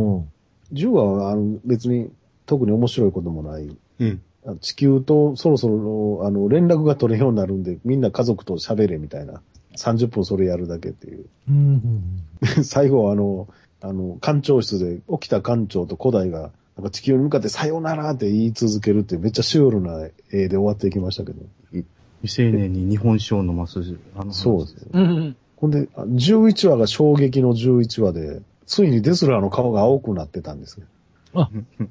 [SPEAKER 7] ん。
[SPEAKER 3] 10話は、あの、別に、特に面白いこともない。
[SPEAKER 1] うん。
[SPEAKER 3] あの地球とそろそろ、あの、連絡が取れんようになるんで、みんな家族と喋れみたいな。30分それやるだけっていう。
[SPEAKER 7] うんう ん。
[SPEAKER 3] 最後は、あの、あの、館長室で、起きた館長と古代が、なんか地球に向かってさよならって言い続けるっていうめっちゃシュールな絵で終わっていきましたけど。
[SPEAKER 5] 未成年に日本酒を飲ます、あの、
[SPEAKER 3] そうです。
[SPEAKER 4] あ。うん。
[SPEAKER 3] ほんで、あ11話が衝撃の11話で、ついにデスラーの顔が青くなってたんですね。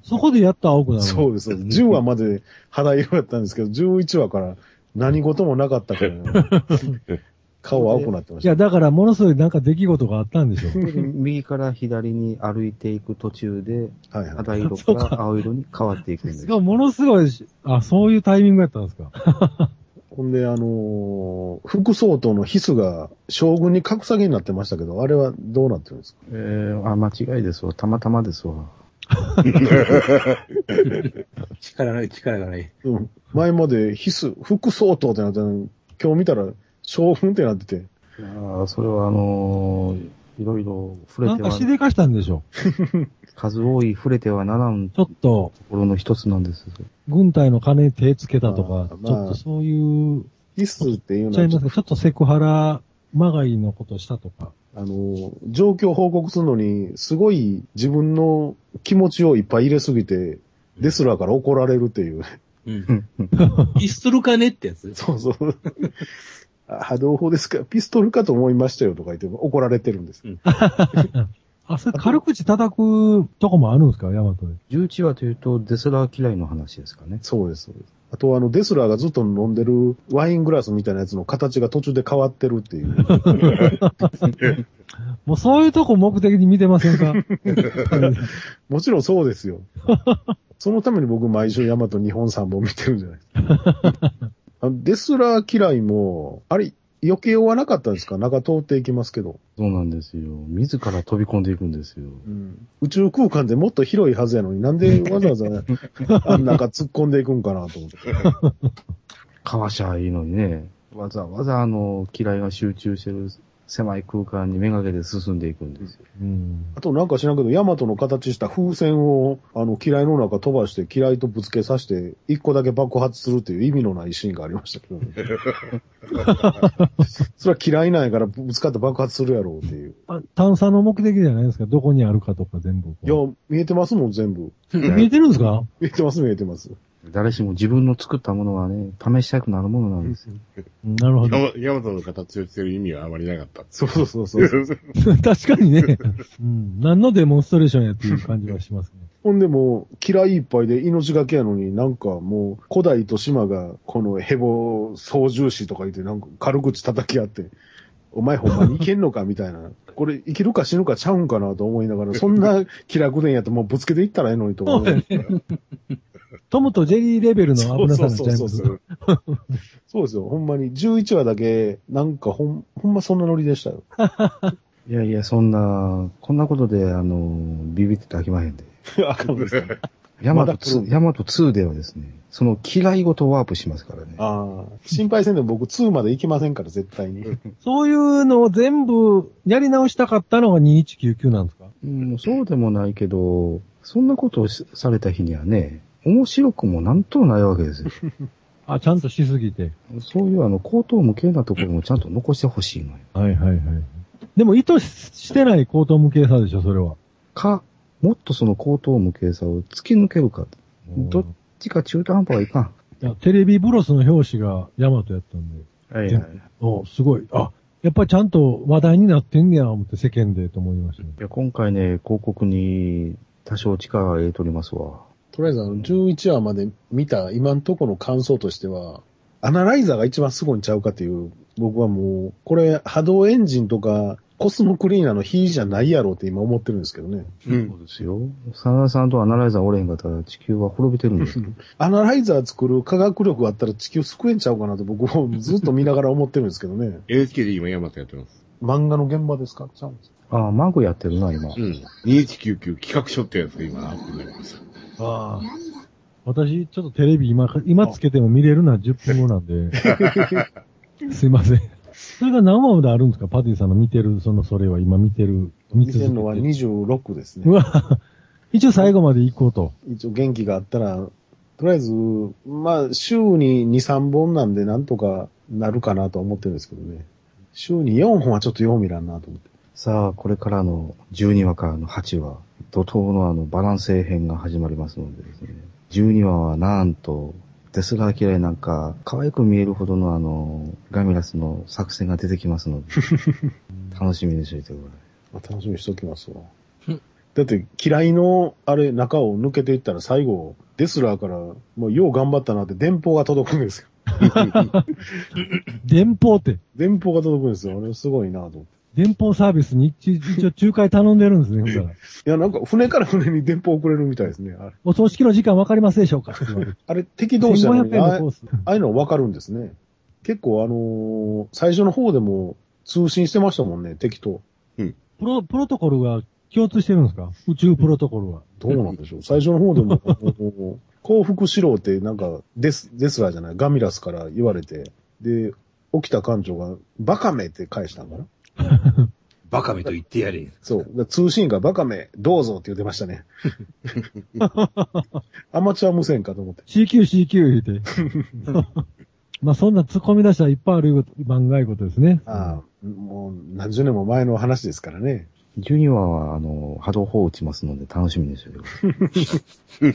[SPEAKER 7] そこでやっと青くなる。
[SPEAKER 3] そうです。10話まで肌色やったんですけど、11話から何事もなかった から、顔青くなってま
[SPEAKER 7] い
[SPEAKER 3] した。
[SPEAKER 7] や、だから、ものすごいなんか出来事があったんでしょう。
[SPEAKER 5] 右から左に歩いていく途中で、
[SPEAKER 3] はいはい。
[SPEAKER 5] 肌色から青色に変わっていくんです
[SPEAKER 7] す。ごい、ものすごいし、あ、そういうタイミングやったんですか。
[SPEAKER 3] ほんで、あのー副総統のヒスが将軍に格下げになってましたけど、あれはどうなってるんですか
[SPEAKER 5] えー、あ、間違いですわ。たまたまですわ。
[SPEAKER 4] 力ない、力がない。
[SPEAKER 3] うん。前までヒス、副総統ってなってたのに、今日見たら将軍ってなってて、
[SPEAKER 5] いやーそれはあのーいろいろ触
[SPEAKER 7] な
[SPEAKER 5] れ
[SPEAKER 7] ん
[SPEAKER 5] て
[SPEAKER 7] か
[SPEAKER 5] は
[SPEAKER 7] し、でかしたんでしょう。
[SPEAKER 5] 数多い触れてはならんと
[SPEAKER 7] ちょっと、
[SPEAKER 5] ころの一つなんです。
[SPEAKER 7] 軍隊の金に手つけたと
[SPEAKER 3] あ
[SPEAKER 7] か
[SPEAKER 3] ー、
[SPEAKER 7] ちょっとそういう、
[SPEAKER 3] ヒスっていう
[SPEAKER 7] ちゃ
[SPEAKER 3] の
[SPEAKER 7] い
[SPEAKER 3] は
[SPEAKER 7] ま
[SPEAKER 3] ち
[SPEAKER 7] す
[SPEAKER 3] ょっと、
[SPEAKER 7] けどちょっとセクハラまがいのことしたとか。
[SPEAKER 3] あのー状況報告するのに、すごい自分の気持ちをいっぱい入れすぎて、デスラーから怒られるっていう。
[SPEAKER 4] うん。ピストルかねってやつ
[SPEAKER 3] そうそう。あ波動砲ですかピストルかと思いましたよとか言って怒られてるんです。
[SPEAKER 7] ああ、それ軽口叩くとこもあるんですかヤマトで。
[SPEAKER 5] 11話というと、デスラー嫌いの話ですかね。
[SPEAKER 3] そうです、そうです。あと、あの、デスラーがずっと飲んでるワイングラスみたいなやつの形が途中で変わってるっていう。
[SPEAKER 7] もうそういうとこ目的に見てませ んか
[SPEAKER 3] もちろんそうですよ。そのために僕毎週ヤマト2本3本見てるんじゃないですか。あのデスラー嫌いも、あれ、余計はなかったんですか中通っていきますけど、
[SPEAKER 5] そうなんですよ。自ら飛び込んでいくんですよ。
[SPEAKER 3] 宇宙空間でもっと広いはずやのになんでわざわざあん中突っ込んでいくんかなと思って。
[SPEAKER 5] かわしゃいいのにね。わざわざあの、嫌いが集中してる狭い空間にめがけて進んでいくんですよ。
[SPEAKER 7] うん。
[SPEAKER 3] あとなんか知らんけど、ヤマトの形した風船を、あの、嫌いの中飛ばして、嫌いとぶつけさせて、一個だけ爆発するっていう意味のないシーンがありましたけど、 ね、それは嫌いなんやからぶつかって爆発するやろうって いう。
[SPEAKER 7] あ探査の目的じゃないですかどこにあるかとか全部。
[SPEAKER 3] いや、見えてますもん、全部。
[SPEAKER 7] 見えてるんですか
[SPEAKER 3] 見えてます、見えてます。
[SPEAKER 5] 誰しも自分の作ったものはね、試したくなるものなんですよ。
[SPEAKER 7] うんなるほ
[SPEAKER 1] ヤ
[SPEAKER 7] ど。
[SPEAKER 1] マヤマトの形をしてる意味はあまりなかった。
[SPEAKER 3] そうそうそうそう。
[SPEAKER 7] 確かにね、うん。何のデモンストレーションやっていう感じはしますね。
[SPEAKER 3] ほんでもう、嫌いいっぱいで命がけやのになんかもう、古代と島がこのヘボ操縦士とか言ってなんか軽口叩き合って、お前ほんまにいけんのかみたいな。これ生きるか死ぬかちゃうんかなと思いながら、そんな気楽でんやともうぶつけていったらええのにと思う。
[SPEAKER 7] トムとジェリーレベルの
[SPEAKER 3] そ
[SPEAKER 7] 危
[SPEAKER 3] う
[SPEAKER 7] な
[SPEAKER 3] そ
[SPEAKER 7] さ
[SPEAKER 3] う
[SPEAKER 7] になっち
[SPEAKER 3] そう
[SPEAKER 7] ゃい
[SPEAKER 3] そ
[SPEAKER 7] ま
[SPEAKER 3] う。
[SPEAKER 7] す
[SPEAKER 3] そ。うですよ。ほんまに11話だけ、なんかほん、ほんまそんなノリでしたよ。
[SPEAKER 5] いやいや、そんな、こんなことで、あの、ビビってたらあきまへんで。
[SPEAKER 3] あかんですか
[SPEAKER 5] ヤマト
[SPEAKER 3] まだ来
[SPEAKER 5] 2、
[SPEAKER 3] る
[SPEAKER 5] ヤマト2ではですね、その嫌いごとワープしますからね。
[SPEAKER 3] ああ。心配せんでも僕2まで行きませんから、絶対に。
[SPEAKER 7] そういうのを全部やり直したかったのが2199なんですか
[SPEAKER 5] うん、そうでもないけど、そんなことをしされた日にはね、面白くもなんともないわけですよ。
[SPEAKER 7] あ、ちゃんとしすぎて。
[SPEAKER 5] そういうあの、口頭無形なところもちゃんと残してほしいのよ。
[SPEAKER 7] はいはいはい。でも意図ししてない口頭無形さでしょ、それは。
[SPEAKER 5] か、もっとその口頭無形さを突き抜けるか。どっちか中途半端はいかん。
[SPEAKER 7] いやテレビブロスの表紙がヤマトやったんで。
[SPEAKER 5] はい
[SPEAKER 7] はいおすごい。あ、やっぱりちゃんと話題になってんねや、思って世間でと思いましたね。
[SPEAKER 5] いや、今回ね、広告に多少力入れとりますわ。
[SPEAKER 3] とりあえずあの、11話まで見た今のところの感想としては、アナライザーが一番すごいんちゃうかっていう、僕はもう、これ波動エンジンとかコスモクリーナーの比じゃないやろうって今思ってるんですけどね。
[SPEAKER 1] うん
[SPEAKER 5] そうですよ。真田さんとアナライザーおれへんかったら地球は滅びてるんですよ。
[SPEAKER 3] アナライザー作る科学力があったら地球救えんちゃうかなって僕もずっと見ながら思ってるんですけどね。
[SPEAKER 1] NHK で今ヤマトやってます。
[SPEAKER 3] 漫画の現場ですかちゃうんです
[SPEAKER 5] ああ、マグやってるな、今
[SPEAKER 1] う。ん。2199企画書ってやつが今アップになりました。
[SPEAKER 3] かああ。
[SPEAKER 7] 私、ちょっとテレビ今か、今つけても見れるのは10分後 なんで。すいません。それが何話まであるんですかパティさんの見てる、その、それは今見てる、見
[SPEAKER 3] 見
[SPEAKER 7] 続
[SPEAKER 3] て
[SPEAKER 7] け
[SPEAKER 3] るのは
[SPEAKER 7] てる。
[SPEAKER 3] 26ですね
[SPEAKER 7] う。わ、一応最後まで行こうと。
[SPEAKER 3] 一応元気があったら、とりあえず、まあ、週に2、3本なんでなんとかなるかなとは思ってるんですけどね。週に4本はちょっとよう見らんなと思って。
[SPEAKER 5] さあ、これからの12話からの8話、怒涛のあのバランス編が始まりますのでですね。12話はなんと、デスラー嫌いなんか、可愛く見えるほどのあの、ガミラスの作戦が出てきます ので、楽しみにしておいてください。
[SPEAKER 3] まあ、楽しみにしておきますわ
[SPEAKER 6] うん。
[SPEAKER 3] だって、嫌いの、あれ、中を抜けていったら最後、デスラーから、もうよう頑張ったなって電報が届くんですよ。
[SPEAKER 7] 電報って、
[SPEAKER 3] 電報が届くんですよ。あれすごいなと思って。
[SPEAKER 7] 電報サービスに一一応仲介頼んでるんですね、ほんな
[SPEAKER 3] い
[SPEAKER 7] ら
[SPEAKER 3] や、なんか船から船に電報送れるみたいですね。あれ、
[SPEAKER 7] お葬式の時間わかりますでしょうかって言われて
[SPEAKER 3] あれ敵同士なの
[SPEAKER 7] 1500
[SPEAKER 3] に
[SPEAKER 7] 円
[SPEAKER 3] あ
[SPEAKER 7] の
[SPEAKER 3] あ
[SPEAKER 7] コース。
[SPEAKER 3] ああいうの分かるんですね。結構あのー最初の方でも通信してましたもんね、敵と。
[SPEAKER 7] プロ、プロトコルは共通してるんですか宇宙プロトコルは。
[SPEAKER 3] どうなんでしょう。最初の方でも、あ のー降伏しろってなんかデス、デスラーじゃない、ガミラスから言われて、で、起きた艦長が、バカめって返したんかな
[SPEAKER 6] バカめと言ってやれ。
[SPEAKER 3] そう。だから通信がバカめ、どうぞって言ってましたね。 アマチュア無線かと思って。
[SPEAKER 7] CQCQ 言うて。まあそんな突っ込み出したらいっぱいあること番外ことですね。
[SPEAKER 3] ああ、もう何十年も前の話ですからね。
[SPEAKER 5] 12話はあの、波動砲を打ちますので楽しみにしておいてください。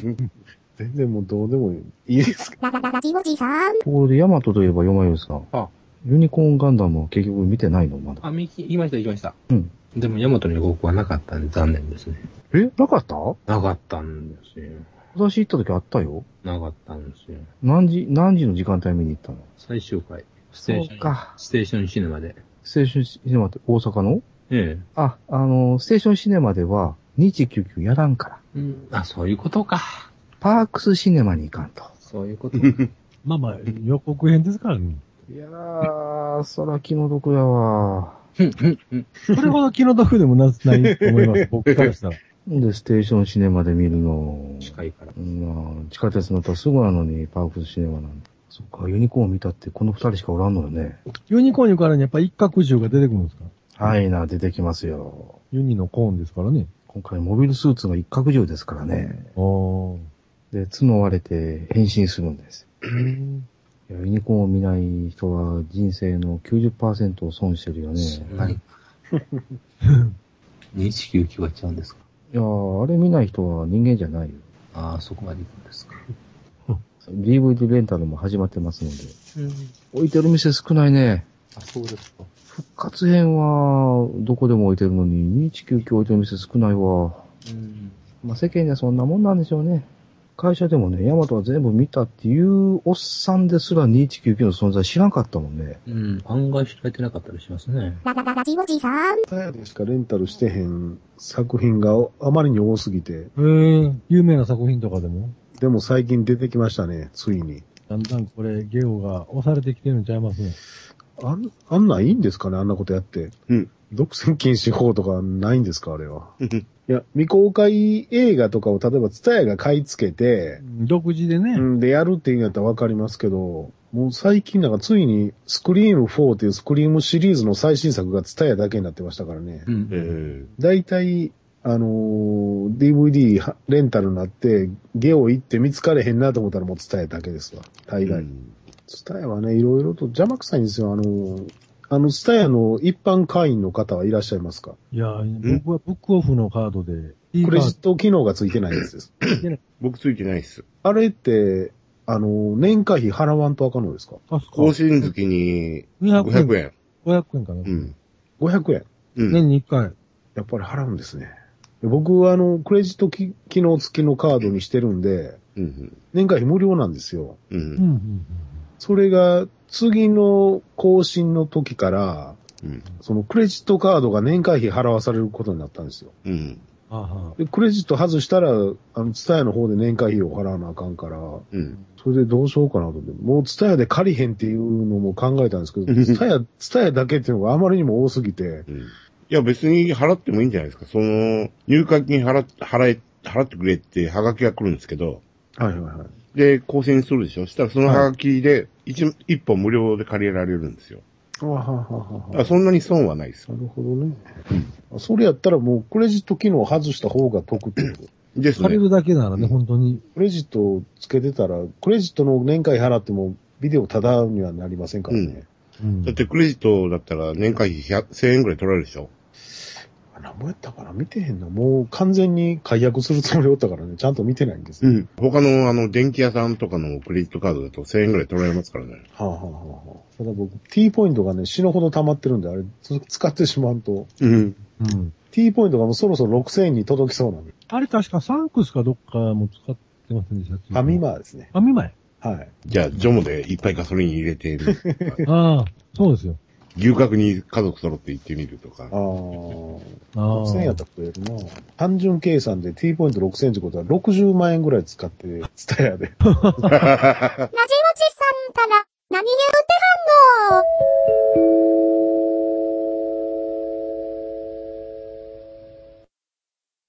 [SPEAKER 3] 全然もうどうでもいいいいですけ
[SPEAKER 2] ララララジオジさん。
[SPEAKER 5] ところで、ヤマトといえばヨマヨさん。
[SPEAKER 6] あ
[SPEAKER 5] ユニコーンガンダムを結局見てないのまだ。
[SPEAKER 6] あ、見き、言いました、言いました。
[SPEAKER 5] うん。
[SPEAKER 4] でも、ヤマトに僕はなかったんで残念ですね。
[SPEAKER 5] えなかった
[SPEAKER 4] なかったんですよ。
[SPEAKER 5] 私行った時あったよ。
[SPEAKER 4] なかったんですよ。
[SPEAKER 5] 何時、何時の時間帯見に行ったの
[SPEAKER 4] 最終回。ステ
[SPEAKER 5] そ
[SPEAKER 4] ーシ
[SPEAKER 5] う
[SPEAKER 4] ョン、
[SPEAKER 5] か。
[SPEAKER 4] ステーションシネマで。
[SPEAKER 5] ステーションシネマって大阪の
[SPEAKER 4] え
[SPEAKER 5] あ、あの、ステーションシネマでは2199やらんから。
[SPEAKER 4] え。あ、そういうことか。
[SPEAKER 5] パークスシネマに行かんと。
[SPEAKER 4] そういうこと。
[SPEAKER 7] まあまあ、予告編ですからね。
[SPEAKER 5] いやー、そら気の毒やわ。
[SPEAKER 7] それほど気の毒でもなないと思います、僕からしたら。
[SPEAKER 5] なんでステーションシネマで見るの
[SPEAKER 4] 近いから。
[SPEAKER 5] まあ、地下鉄乗ったらすぐなのに、パークスシネマなんて。そっか、ユニコーン見たってこの二人しかおらんのよね。
[SPEAKER 7] ユニコーンにからにやっぱ一角獣が出てくるんですか
[SPEAKER 5] はいな、出てきますよ。
[SPEAKER 7] ユニのコーンですからね。
[SPEAKER 5] 今回モビルスーツが一角獣ですからね。
[SPEAKER 7] あー
[SPEAKER 5] で、角割れて変身するんです。いや、ユニコーンを見ない人は人生の90%を損してるよね。
[SPEAKER 4] はい。219はちゃうんですか
[SPEAKER 5] いやー、あれ見ない人は人間じゃないよ。
[SPEAKER 4] ああ、そこまで行くんですか。
[SPEAKER 5] DVD レンタルも始まってますので。置いてる店少ないね。
[SPEAKER 4] あ、そうですか。
[SPEAKER 5] 復活編は、どこでも置いてるのに、219置いてる店少ないわ。
[SPEAKER 4] うん。
[SPEAKER 5] まあ、世間ではそんなもんなんでしょうね。会社でもね、ヤマトは全部見たっていうおっさんですら2199の存在知らんかったもんね。
[SPEAKER 4] うん。案外知られてなかったりしますね。
[SPEAKER 2] ララララジオジさん。
[SPEAKER 3] タヤでしかレンタルしてへん作品があまりに多すぎて、
[SPEAKER 7] えー、有名な作品とかでも
[SPEAKER 3] でも最近出てきましたね、ついに。
[SPEAKER 7] だんだんこれ、ゲオが押されてきてるんちゃいますね。
[SPEAKER 3] あん、あんなんいいんですかね、あんなことやって。
[SPEAKER 1] うん
[SPEAKER 3] 独占禁止法とかないんですか、あれは。いや、未公開映画とかを例えばツタヤが買い付けて、
[SPEAKER 7] 独自でね、
[SPEAKER 3] うん、でやるっていうんやったらわかりますけど、もう最近なんかついにスクリーム4っていうスクリームシリーズの最新作がツタヤだけになってましたからね。
[SPEAKER 4] うん。
[SPEAKER 1] えー
[SPEAKER 3] 大体、あのー DVD はレンタルになって、ゲオ行って見つかれへんなと思ったらもう伝えだけですわ。大
[SPEAKER 1] う
[SPEAKER 3] 概。
[SPEAKER 1] ん
[SPEAKER 3] 伝えはね、いろいろと邪魔くさいんですよ。あのーあの、伝えの一般会員の方はいらっしゃいますか
[SPEAKER 7] いや、僕はブックオフのカードで、いい
[SPEAKER 3] ク
[SPEAKER 7] カー
[SPEAKER 3] レ
[SPEAKER 7] ド
[SPEAKER 3] ジット機能がついてないやつです。
[SPEAKER 1] 僕ついてないっす。
[SPEAKER 3] あれって、あのー年会費払わんとあかんのですか
[SPEAKER 7] 確か
[SPEAKER 1] 更新月に
[SPEAKER 7] 200
[SPEAKER 1] 500
[SPEAKER 7] 円。
[SPEAKER 1] 円。
[SPEAKER 7] 500円かな。
[SPEAKER 1] うん。
[SPEAKER 3] ?500 円。
[SPEAKER 1] うん。
[SPEAKER 7] 年に1回。
[SPEAKER 3] やっぱり払うんですね。僕はあの、クレジットき機能付きのカードにしてるんで、
[SPEAKER 1] うん。
[SPEAKER 3] 年会費無料なんですよ。
[SPEAKER 1] う
[SPEAKER 7] うんんうんうん。
[SPEAKER 3] それが次の更新の時から、
[SPEAKER 1] うん。
[SPEAKER 3] そのクレジットカードが年会費払わされることになったんですよ。
[SPEAKER 1] うん。
[SPEAKER 7] はあは
[SPEAKER 3] で、クレジット外したら、あの、ツタヤの方で年会費を払わなあかんから、
[SPEAKER 1] うん。
[SPEAKER 3] それでどうしようかなと思って、もうツタヤで借りへんっていうのも考えたんですけど、
[SPEAKER 1] うん
[SPEAKER 3] ツタヤ、ツタヤだけっていうのがあまりにも多すぎて、
[SPEAKER 1] うん。いや、別に払ってもいいんじゃないですか。その、入会金払っ、払え、払ってくれってハガキが来るんですけど、
[SPEAKER 3] はいはいはい。
[SPEAKER 1] で、更新するでしょしたらそのハガキで一、一本無料で借りられるんですよ。
[SPEAKER 3] あははは
[SPEAKER 1] だか
[SPEAKER 3] は
[SPEAKER 1] らそんなに損はないですよ。
[SPEAKER 3] なるほどね。それやったらもうクレジット機能外した方が得ってこと。
[SPEAKER 1] です
[SPEAKER 7] あ。借
[SPEAKER 1] ね
[SPEAKER 7] り。るだけならね、本当に。
[SPEAKER 3] クレジットをつけてたら、クレジットの年会払っても、ビデオただにはなりませんからね。
[SPEAKER 7] うん
[SPEAKER 1] だってクレジットだったら年会費100 1000円ぐらい取られるでしょ
[SPEAKER 3] あ何もやったかな見てへんな。もう完全に解約するつもりおったからね、ちゃんと見てないんですよ。
[SPEAKER 1] ん。他のあの、電気屋さんとかのクレジットカードだと1000円ぐらい取られますからね。
[SPEAKER 3] はあ、はあはあはあ、ただ僕、T ポイントがね、死ぬほど溜まってるんで、あれ、つ使ってしまうと、
[SPEAKER 1] うん。
[SPEAKER 7] うん。
[SPEAKER 3] T ポイントがもうそろそろ6000円に届きそうなんで、
[SPEAKER 7] あれ確かサンクスかどっかも使ってませんでした
[SPEAKER 3] ファミ。マですね。
[SPEAKER 7] ファミマや。
[SPEAKER 3] はい。
[SPEAKER 1] じゃあ、ジョモでいっぱいガソリン入れ て、
[SPEAKER 7] ああ、そうですよ。
[SPEAKER 1] 牛角に家族揃って行ってみるとか
[SPEAKER 3] あ。あ、6000
[SPEAKER 7] ああ。
[SPEAKER 3] 円やったら増えるな。単純計算で T ポイント6000円ってことは60万円ぐらい使って、ツタヤで。
[SPEAKER 2] ラジオジさんから、何言うてはんの